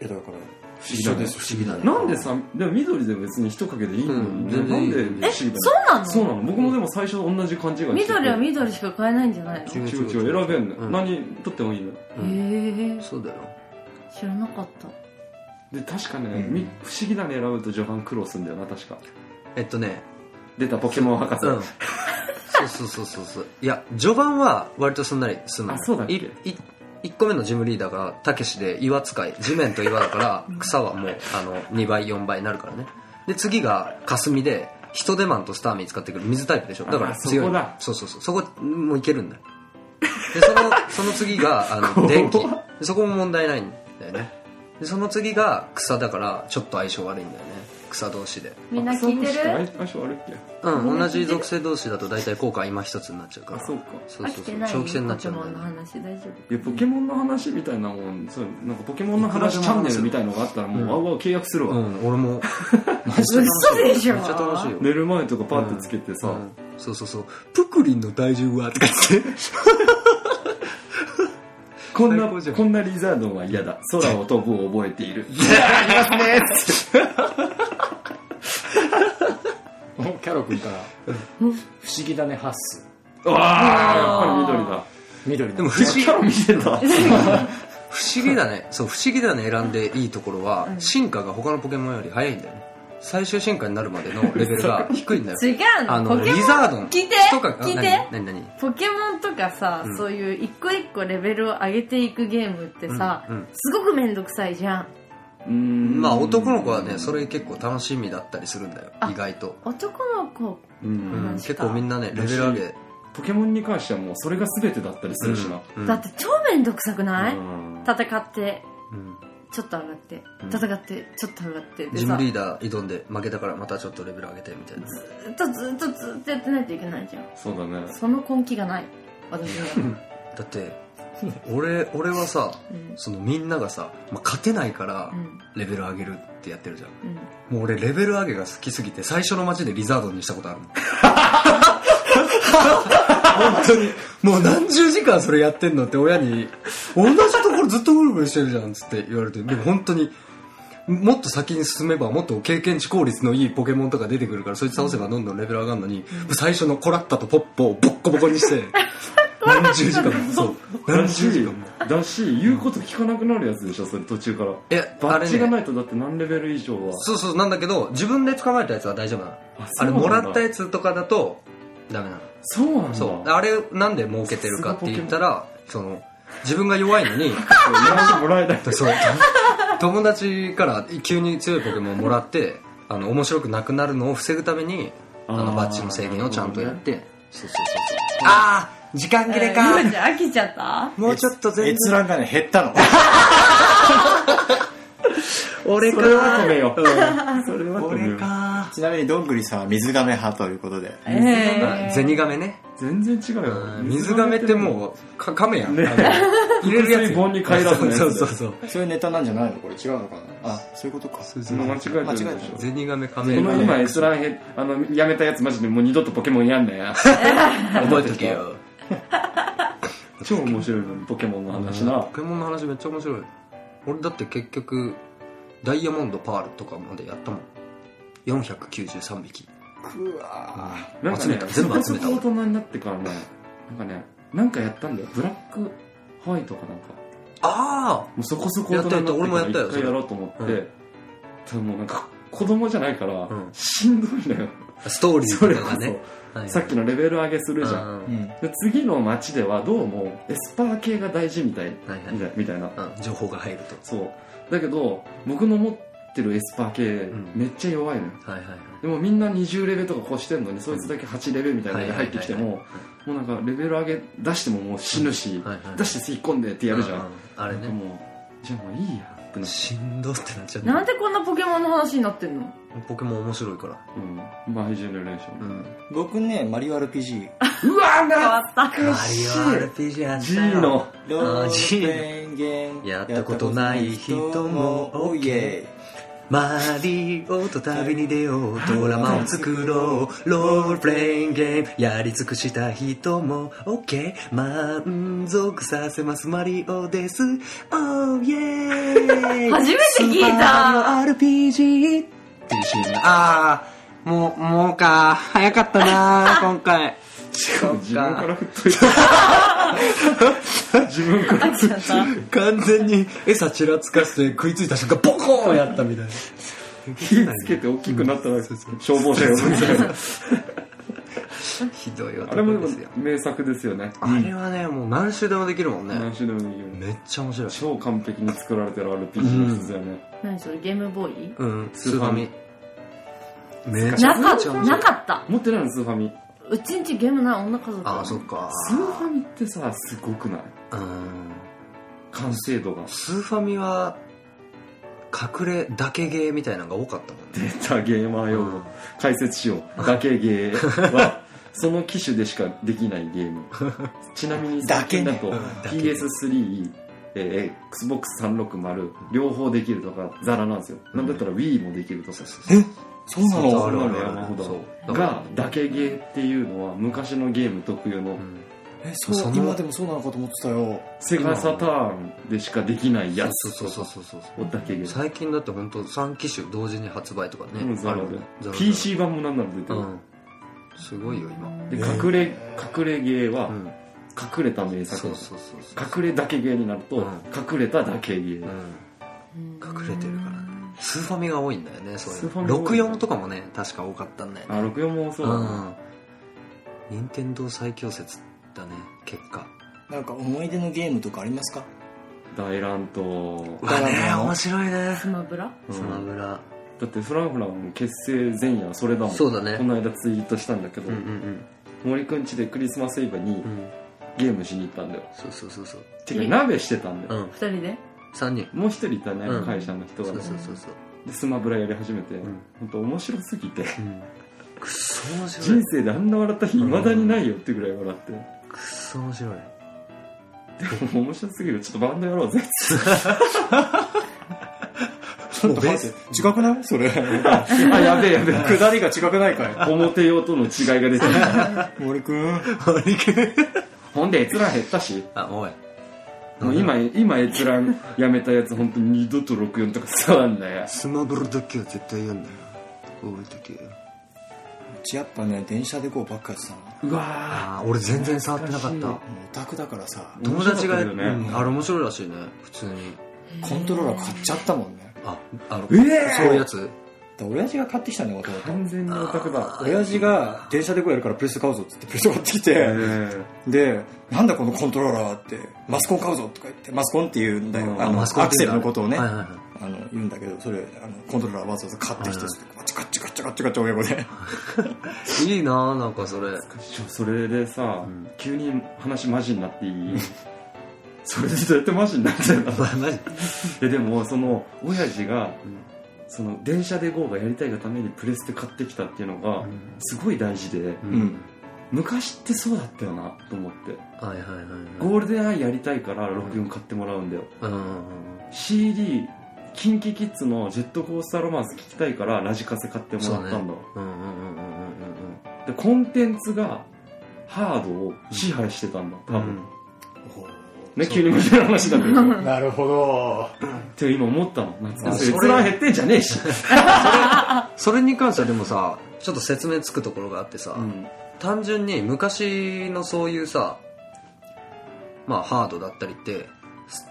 A: やだから
D: 議だね
A: 不思議だね
D: なんでさでも緑で別に一かけでいいのにね、
B: うん
D: なんで
B: 全然いい
D: 不思議
C: そうなの
D: そうなの僕もでも最初同じ勘違いして
C: 緑は緑しか買えないんじゃないの
B: 違う
D: 違う違う選べんの、
B: うん
D: 何取ってもいいの
B: う
C: へ
B: ん
C: え
B: そうだよ
C: 知らなかった
D: で確かね、
A: うん
D: み不思議だね選ぶと序盤苦労するんだよな確か
B: えっとね
D: 出たポケモン博士、
B: うんそうそうそうそうそういや序盤は割とすんなりすんの
D: あそうだっけ
B: 1個目のジムリーダーがたけしで岩使い地面と岩だ
D: [laughs]
B: から草はもうあの2倍4倍になるからねで次が霞でヒトデマンとスターミー使ってくる水タイプでしょだから
D: あ
B: 強い
D: そこだ
B: そうそうそうそこもういけるんだよでそのその次があの電気
D: 怖
B: でそこも問題ないんだよねでその次が草だからちょっと相性悪いんだよね草同士で
C: みんな聞いて
D: あ
C: る
D: 相性あるっけ
B: うん同じ属性同士だと大体効果は今一つになっちゃうから
D: あそうか
B: そう
C: 飽
B: そ
C: き
B: うそ
C: て
B: う
C: ない
B: 長期戦になっちゃう
C: ポ
B: ん
C: ケモンの
B: だよね
C: 話大丈
D: いやポケモンの話みたいなもんそうなんかポケモンの話チャンネルみたいのがあったらもう、
B: うん
D: わうわう契約する
B: う
D: わ、
B: ん俺も
C: 夫嘘でしょ
B: めっちゃ楽しいよ
D: 寝る前とかパッてつけてさ、
B: うんそうそうそう「プクリンの体重は?」とか言って
D: こんな
B: 最高じゃん
D: こんなリザードンは嫌だ空を飛ぶを覚えて
B: [laughs]
D: いる
A: キャロ君から「不思議だねハッス
D: わあやっぱり緑だ」
A: 緑
B: で
A: の
B: も不思議
D: キャロ見てた
B: 不思議だねそう不思議だね選んでいいところは進化が他のポケモンより早いんだよね最終進化になるまでのレベルが低いんだよ
C: 夫違うの
B: あの
C: ポケモン
B: リザードン
C: 聞いて
B: とかあ
C: 聞いて
B: 何何何
C: ポケモンとかさ、
B: うん
C: そういう一個一個レベルを上げていくゲームってさ、
B: うんうん
C: すごくめんどくさいじゃん
D: [laughs] うん
B: まあ男の子はねそれ結構楽しみだったりするんだよ
C: あ
B: 意外と、
C: 男の子
D: うん
B: うん
C: マジか
B: 結構みんなねレベル上げ
D: ポケモンに関してはもうそれが全てだったりするしな、
B: うん
C: だって超めんどくさくない、
D: うん
C: 戦って
B: うん
C: ちょっと上がって
B: うん
C: 戦ってちょっと上がってで
B: ジム
C: さ
B: リーダー挑んで負けたからまたちょっとレベル上げてみたいな
C: ずっとずっとずっとやってないといけないじゃん
D: そうだね
C: その根気がない私
B: [laughs]
C: には、
B: だって俺俺はさ
C: うん
B: そのみんながさ、まあ勝てないから
C: うん
B: レベル上げるってやってるじゃん
C: うん、
B: もう俺レベル上げが好きすぎて最初の街でリザードンにしたこと
D: [laughs]
B: あるもん本当にもう何十時間それやってんのって親に同じところずっとブルブルしてるじゃんっつって言われてでも本当にもっと先に進めばもっと経験値効率のいいポケモンとか出てくるからそいつ倒せばどんどんレベル上がるのに、最初のコラッタとポッポをボッコボコにして何十時間
C: [laughs]
D: [laughs]
B: もそう
D: だ
B: 何
D: し
B: 十時間も
D: だし言うこと聞かなくなるやつでしょそれ途中から
B: いやあ
D: バッ
B: れ
D: ジ
B: ね
D: がないとだって何レベル以上は
B: そうそうなんだけど自分で捕まえたやつは大丈夫なの
D: あ
B: あれ
D: そうなん
B: も
D: だ
B: らったやつとかだとダメなの
D: そうなんだ
B: そうあれなんで儲けてるかって言ったらその自分が弱いのに [laughs]
D: 話もらえない
B: そう友達から急に強いポケモンもらってあの面白くなくなるのを防ぐためにあ
D: あ
B: の
D: ー
B: バッジの制限をちゃんとやって、そうそうそうそうああ時間切れか、
C: えーゆうちゃん飽きちゃった
B: もうちょっと全
A: 閲
B: 然
A: 覧がね減ったの
B: 俺
D: それは
B: か
D: 止めようそれは止めよ
B: 俺
D: う
B: か
A: ちなみにどんぐりさんは水亀派ということで
C: えー
B: ゼニガメね
D: 全然違うよ
B: 水亀ってもうか亀やん、
D: ね
B: あの入れるやつ
D: 水盆に帰らずのや
B: [laughs]
D: つ
B: そうそうそう
A: そういうネタなんじゃないのこれ違うのかなあそういうことか
B: そうそう
D: う間違えてる
A: 間
D: で
A: 違
D: し
A: え
D: ょ
A: て
B: ゼニガメ亀
D: この今閲覧へあのやめたやつマジでもう二度とポケモンやんな
B: [laughs]
D: や覚
B: 覚えとけよ
D: 超面白いのにポケモンの話
B: うん
D: な
B: ポケモンの話めっちゃ面白い俺だって結局ダイヤモンドパールとかまでやったもん493匹
A: るうわ
D: なんか
B: 集め
D: ね
B: た全部集め
D: そ
B: た
D: こそこ大人になってからねなんかねなんかやったんだよブラックハワイとかなんか
B: あ
D: もうそこそこ大人になって
B: やったや
D: から
B: った俺もやったよ
D: 一回やろうと思って、
B: そ
D: で
B: れ
D: もなんか子供じゃないから、
B: ん
D: しんどいのよ
B: あストーリー
D: それ
B: と
D: こ
B: か
D: そ、
B: ねはい
D: さっきのレベル上げするじゃん、
B: うん
A: うん
D: で次の街ではどうもエスパー系が大事みたい、
B: はいはい
D: みたいみたいな
B: うん情報が入る
D: そうだけど僕の持ってるエスパー系、
B: ん
D: めっちゃ弱いのよ
B: とはいはいはい
D: でもみんな20レベルとか越してんのにそいつだけ8レベルみたいなので入ってきてももうなんかレベル上げ出してももう死ぬし、
B: はいはい
D: 出して吸い込んでってやるじゃん、
B: ううあれ
D: なんか
B: ね
D: もうじゃあもういいやってなって
B: しんどってなっちゃう
C: なんでこんなポケモンの話になってんの
B: ポケモン面白いから
D: うんマイジェネレーショ
B: う
D: ン
B: ん
A: 僕ねマリオ RPG
D: うわ
C: 変わ
D: ーな
C: った
B: マリオ
D: しい
B: RPG やった
D: G
B: よ
D: の
A: ロー
B: ジー
A: ペンゲン
B: やったことない人も
A: おいえ
B: マリオと旅に出ようドラマを作ろうロールプレイングゲームやり尽くした人も OK 満足させますマリオです Oh yeah
C: [laughs] 初めて聞い
B: ス
C: た
B: ーパーマリオ RPG っていうシーンああもうもうか早かった [laughs] な今回
D: しかも自分から振っといた自分から振っといた
B: 完全に餌ちらつかせて食いついた瞬間ボコーンやったみたいな
D: 火つけて大きくなったら
B: そうそう
D: 消防車呼ぶみたいな
B: ひどい
D: あれ
B: 男で
D: もでも
B: すよ
D: 名作ですよね
B: あれはねもう何周でもできるもんね、
D: 何種類もいいよね
B: めっちゃ面白い
D: 超完璧に作られてる RPG のやつだよね、
C: 何それゲームボーイ
B: うん
D: スーファミ
B: めっちゃ
C: なか
B: 面
C: っ
B: 白
C: た
B: い
C: なかった
D: 持ってないのスーファミ
C: うちんちゲームない女家族
B: ああそっか
D: スーファミってさすごくない
B: うん
D: 完成度が
B: スーファミは隠れだけ芸みたいなのが多かったもんね
D: 出たゲーマー用語解説しようだけゲーはその機種でしかできないゲ
B: [laughs]
D: ームちなみに
A: だけね
D: だと
A: うん
B: だけ
D: PS3 えー XBOX360 両方できるとかザラなんですよ、なんだったら Wii もできるとか
A: そうな
D: そう
A: の
D: なの
B: あるある
D: 山ほ
B: そ
D: ど
B: う
D: がだけゲーっていうのは昔のゲーム特有の
B: うん
A: えそう
B: その
A: 今でもそうなのかと思ってたよ
D: セガサターンでしかできないやつ
B: そうそうそうそうそう
D: おだけゲー
B: 最近だって本当三3機種同時に発売とかね、
D: うんザ
B: あ
D: ラ
B: る
D: で
B: もんねザラザラ
D: PC 版もなんなら出て
B: う
D: る、
B: んすごいよ今、
D: で隠れ隠れゲーは
B: うん、
D: 隠れた名作
B: そうそうそうそう
D: 隠れだけ芸になると、
B: うん
D: 隠れただけ芸、
B: うん
C: 隠
B: 隠れてるからねスーファミが多いんだよねそういう
D: スーファミ多い
B: 64とかもね確か多かったんだよね
D: あ64もそうだな、
B: うん任天堂最強説だね結果
A: なんか思い出のゲームとかありますか
D: 大乱闘
A: わね面
B: 白いね
C: スマブラ
D: うん
B: スマブラ
D: だってフランフランも結成前夜はそれだもん
B: そうだね
D: この間ツイートしたんだけど、
B: うんうん
D: 森くん家でクリスマスイブ
B: う
D: に
B: んうん
D: ゲームしに行ったんだよ、
B: そうそうそうそう
D: てか鍋してたんだ
B: う
D: よ、
B: ん
C: 二人で
B: 3人
D: もう一人いたね、
B: うん
D: 会社の人
B: そ
D: が、
B: う
D: ね
B: そうそうそう
D: でスマブラやり始めて、
B: ん
D: ほん、本当面白すぎて
B: うんくっそ面白
D: 人
B: い
D: 生であんな笑った日いまだにないよってぐらい笑って、
B: くっそ面白い
D: でも面白すぎるちょっとバンドやろうぜ
A: ちょっと待って違くないそ [laughs] れ
D: あやべえや
B: [laughs]
D: べえ
A: 下りが違くないかい
D: 表用との違いが出てる
A: 森くん
B: 森くん
D: ほんで閲覧減ったし
B: あおい
D: もう今、今閲覧やめたやつ、本当に二度と64とか触んなや。
B: スマブラだけは絶対やんなよ覚えとけよ
A: うちやっぱね電車でこうばっかやってたのも
D: うわ
B: ああ俺全然触ってなかっ
D: 懐
B: た
D: か
A: うオタクだからさ
D: ー
B: 友達が、
D: 面白かったけどね
B: うんあれ面白いらしいね普通に
A: コントローラー買っちゃったもんね
B: ああの、
D: えー
B: そういうやつ
A: だ親父が買ってきたんだよ弟
D: 完全にオタクだ。
A: 親父が電車でこうやるからプレステ買うぞっつってプレステ買ってきて、
D: え
A: で、なんだこのコントローラーって、マスコン買うぞとか言って、マスコンって言うんだよ。
D: うん
A: あの、
B: マ
A: ア
B: スコット
A: ク
B: っ
A: セ
B: てい
A: ル
B: う
A: の
B: だ
A: ことをね、
B: はいは
A: あ
B: いはい
A: の、言うんだけど、それ、あの、コントローラーわざわざ買ってきて、ガチャガチャガチャガチャガチャ親子で。
B: いいなぁなんかそれ
D: ちょそれでさ、
B: ん
D: 急に話マジになっていいそれでどうやってマジになっちゃう [laughs] の
B: マジ
D: えでも、その、親父が
B: ん、
D: その、電車で GO がやりたいがためにプレステ買ってきたっていうのが、すごい大事で、
B: う
A: うん
D: 昔ってそうだったよな、と思って。
B: はいはいはいはい
D: ゴールデンアイやりたいから64買ってもらうんだよ。
B: うんうんうん
D: CD キンキキッズのジェットコースターロマンス聞きたいからラジカセ買ってもらったん
B: う
D: だ、
B: んうんうんうんうん
D: でコンテンツがハードを支配してたんだ多
B: うん
D: 分、
A: お
D: ね急に無理な話だけどっ
A: ーなるほど。
D: て今思ったの夏
B: あそ
D: 休
B: れ
D: み閲覧減ってんじゃねえし、
B: それに関してはでもさちょっと説明つくところがあってさ、
D: うん
B: 単純に昔のそういうさまあハードだったりって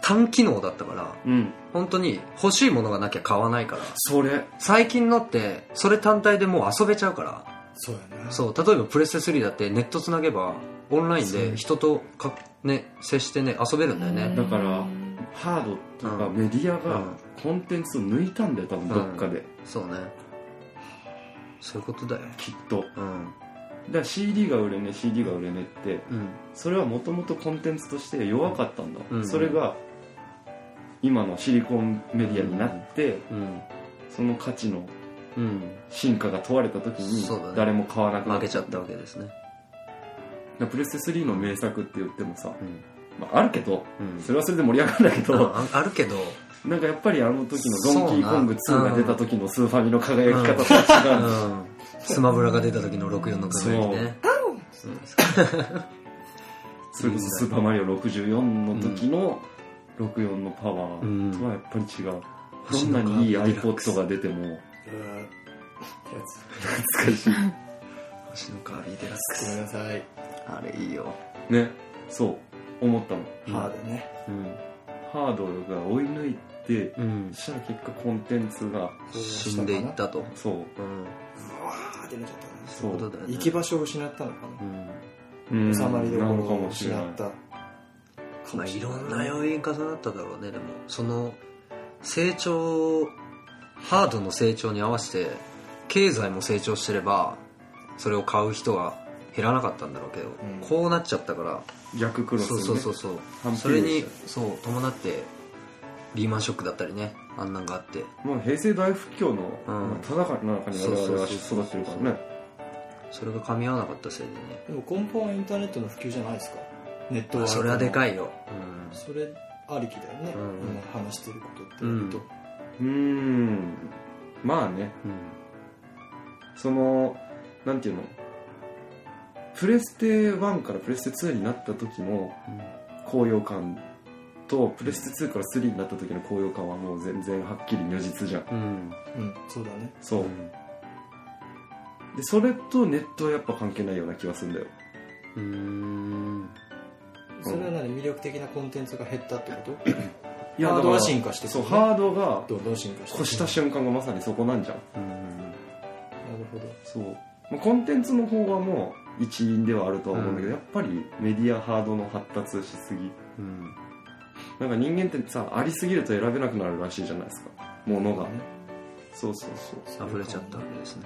B: 単機能だったから
D: うん、
B: 本当に欲しいものがなきゃ買わないから
D: それ
B: 最近のってそれ単体でもう遊べちゃうから
A: [laughs] そうやな。
B: そう例えばプレステ3だってネットつなげばオンラインで人とか、ね、接してね遊べるんだよね
D: だからハードとかメディア
B: う
D: が
B: ん
D: コンテンツを抜いたんだよ多分どっかで、
B: そうねそういうことだよ
D: きっとだか
B: うん
D: ら CD が売れねえ CD が売れねえって
B: うん
D: それはもともとコンテンツとして弱かったんだ、
B: うん
D: それが今のシリコンメディアになって、
B: うん
D: その価値の
B: うん
D: 進化が問われた時に
B: そうだね
D: 誰も買わなくな
B: 負
D: っ
B: けちゃった
D: だ
B: わけですね
D: からプレステ3の名作って言ってもさ、
B: うん
D: まあ、あるけど
B: うん
D: それはそれで盛り上がるんだけど、
B: ああるけど
D: なんかやっぱりあの時の「ドンキーコング
B: そう
D: 2」
B: な
D: が出た時のスーファミの輝き方とは違
B: う
D: うんだ
B: んスマブラが出た時の64の考えにね
D: それこそ「スーパーマリオ64」の時の64のパワーとはやっぱり違う、どんなにいい iPod が出ても
A: うん
D: 懐かしい
B: 星のカービィで
A: ごめんなさい。
B: あれいいよ
D: ねそう思ったの、
A: ハードね。
B: うん
D: ハードが追い抜いて
B: うん
D: そしたら結果コンテンツが
B: 死んでいったと
D: そう
B: うん
A: うわーってなっちゃったね
D: そう
B: ことだよね
A: 行き場所を失ったのか
B: う
A: な。
B: ん
D: うん
A: 収まりどこ
D: な
A: ろ
D: のか
A: を
D: もし
A: 失
D: れない
A: った。か
B: ま
A: も
B: あ、
A: し
B: い
A: れ
B: ろ
A: い
B: んな要因重なっただろうねでもその成長ハードの成長に合わせて経済も成長してればそれを買う人が減らなかったんだろうけど、
A: ん
B: こうなっちゃったから
D: 逆クロス、
B: そう
D: ね、
B: そうそうそう
D: 反比例
B: それに
D: し
B: そう伴ってリーマンショックだったりねあんなんがあって
D: まあ、平成大不況の
B: うん
D: ただかの中に我々は育ってるからね
B: それが噛み合わなかったせいでね
A: でも根本はインターネットの普及じゃないですかネット
B: ま
A: は
B: あそれはで
A: い
B: かいよ
A: それありきだよね、
B: うん
A: 今話してることっていうと、
D: うーんまあね
B: うん、
D: そのなんていうのプレステ1からプレステ2になった時の高揚感とプレステ2から3になった時の高揚感はもう全然はっきり如実じゃん
B: うん
A: うんそうだね
D: そう、でそれとネットはやっぱ関係ないような気がするんだよ
B: うんうん
A: それは何魅力的なコンテンツが減ったってこと
D: いや
A: ハー
D: だ
A: ド
D: か
A: は
D: ら
A: 進化してく
D: そ
A: る
D: うハードが
A: どんどん進化して
D: 越した瞬間がまさにそこなんじゃん
B: うん
A: なるほど
D: そう、まあ、コンテンツの方はもう一因ではあるとは思うんだけど、やっぱりメディアハードの発達しすぎ
B: うん
D: なんか人間ってさありすぎると選べなくなるらしいじゃないですかものが、
A: ね
D: そうそうそう
A: それかもね
B: 溢れちゃったわけですね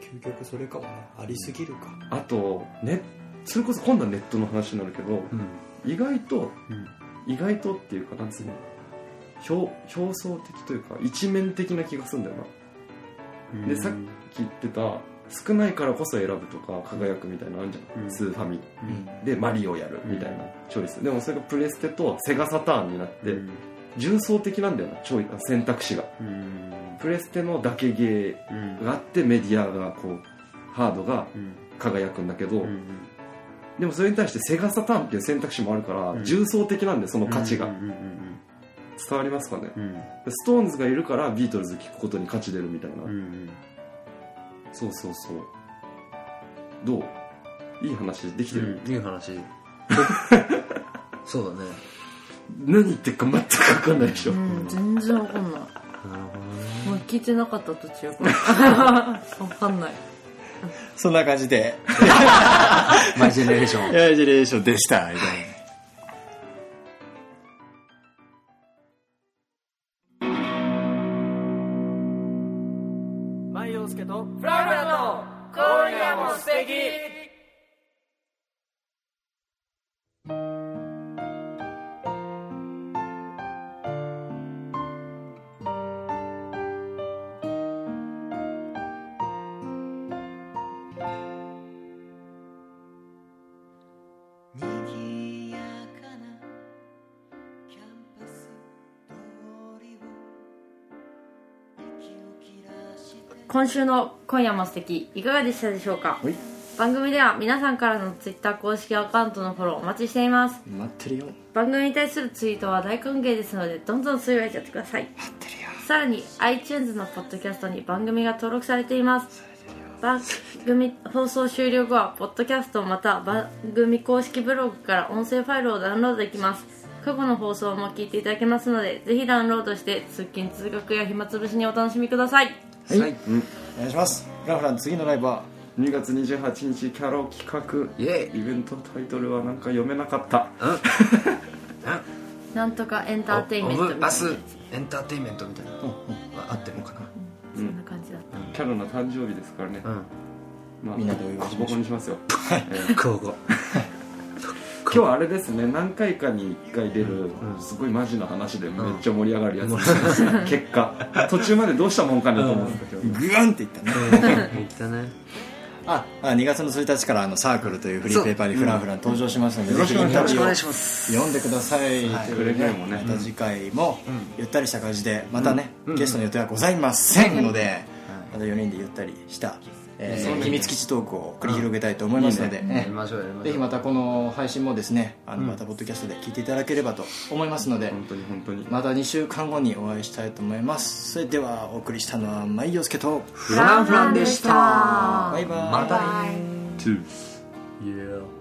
A: 究極それかもねありすぎるか
D: あとねそれこそ今度はネットの話になるけど
B: うん
D: 意外と
B: うん
D: 意外とっていうかなんつうの表表層的というか一面的な気がするんだよなでさっき言ってた少ないからこそ選ぶとか輝くみたいなのあるじゃん、
B: うん
D: スーファミ
B: う
A: うんん
D: でマリオやるみたいなチョイス、でもそれがプレステとセガサターンになって、
B: うん
D: 重層的なんだよなチョイ選択肢が
B: うん
D: プレステのだけゲ
B: うん
D: ーがあってメディアがこうハードが
B: うん
D: 輝くんだけど、
B: うん
D: でもそれに対してセガサターンっていう選択肢もあるから、
B: うん
D: 重層的なんでその価値が、
B: うんうん
D: 伝わりますかね
B: うんうん
D: ストーンズがいるからビートルズ聞くことに価値出るみたいな、
B: うんうん
D: そうそうそうどういい話できてる、
B: うんいい話そうだね
D: 何言ってるか全く分かんないでしょ、
C: うん、全然わかんない。
B: なるほどね
C: もう聞いてなかった途中
B: [laughs]
C: から。わかんない。
A: そんな感じで
B: [laughs] マイジェネレーショ
A: 「
B: ン
A: ヤジェネレーションでした」みたい
F: マイヨウスケとフラフラの今夜も素敵
G: 賑やかなキャンパス通りを息を切らして
C: 今週の今夜も素敵いかがでしたでしょうか番組では皆さんからの Twitter 公式アカウントのフォローお待ちしています
A: な待ってるよ
C: 番組に対するツイートは大歓迎ですのでどんどんつぶやいちゃってくださいさらに iTunes のポッドキャストに番組が登録されています番組放送終了後はポッドキャストまた番組公式ブログから音声ファイルをダウンロードできます過去の放送も聞いていただけますのでぜひダウンロードして通勤通学や暇つぶしにお楽しみください
A: はい、
B: はい
A: うんお願いしますフラフラの次のライブは
D: 2月28日キャロ企画
B: イエ
D: イベントタイトルはなんか読めなかった
C: なんとかエンターテインメント
B: オ
C: みた
B: ブ
C: いな
B: バスエンターテインメントみたいなあってるのかな
C: そんな感じだった、
D: キャロの誕生日ですからね、
B: う
D: まあ、
A: みんなでお祝いしましょう
D: ボコボコにしますよ
B: ん交互
D: 今日はあれですね何回かに1回出
B: う
D: る、
B: ん
D: すごいマジな話でめっちゃ盛り上がるやつです
A: [laughs]
D: ね、結果途中までどうしたもんかなと思ってたけど、
A: グワンっていったね
B: [laughs] うん行ったね
A: ああ2月の1日からあのサークルというフリーペーパーにフラフラ登場しますので、
D: うん
A: ぜひインタビュ
B: よろしくお願いし
A: ー
B: ま
A: を
B: す
A: 読んでください、ということ
D: くれぐれ
A: で
D: もね
A: また次回もゆったりした感じでまたね、ゲストの予定はございませんので、また4人でゆったりした、えー秘密基地トークを繰り広げたいと思いますので、
B: や
A: え
B: り
A: ー
B: ましょうやりまし
A: ぜ
B: ょ
A: ひ
B: う
A: またこの配信もですねあのまたポッドキャストで聞いていただければと思いますので、
D: 本当に本当に
A: また2週間後にお会いしたいと思いますそれではお送りしたのは舞陽介と
B: フランフランでした
A: バイバイ
B: またね
D: トゥース
B: Yeah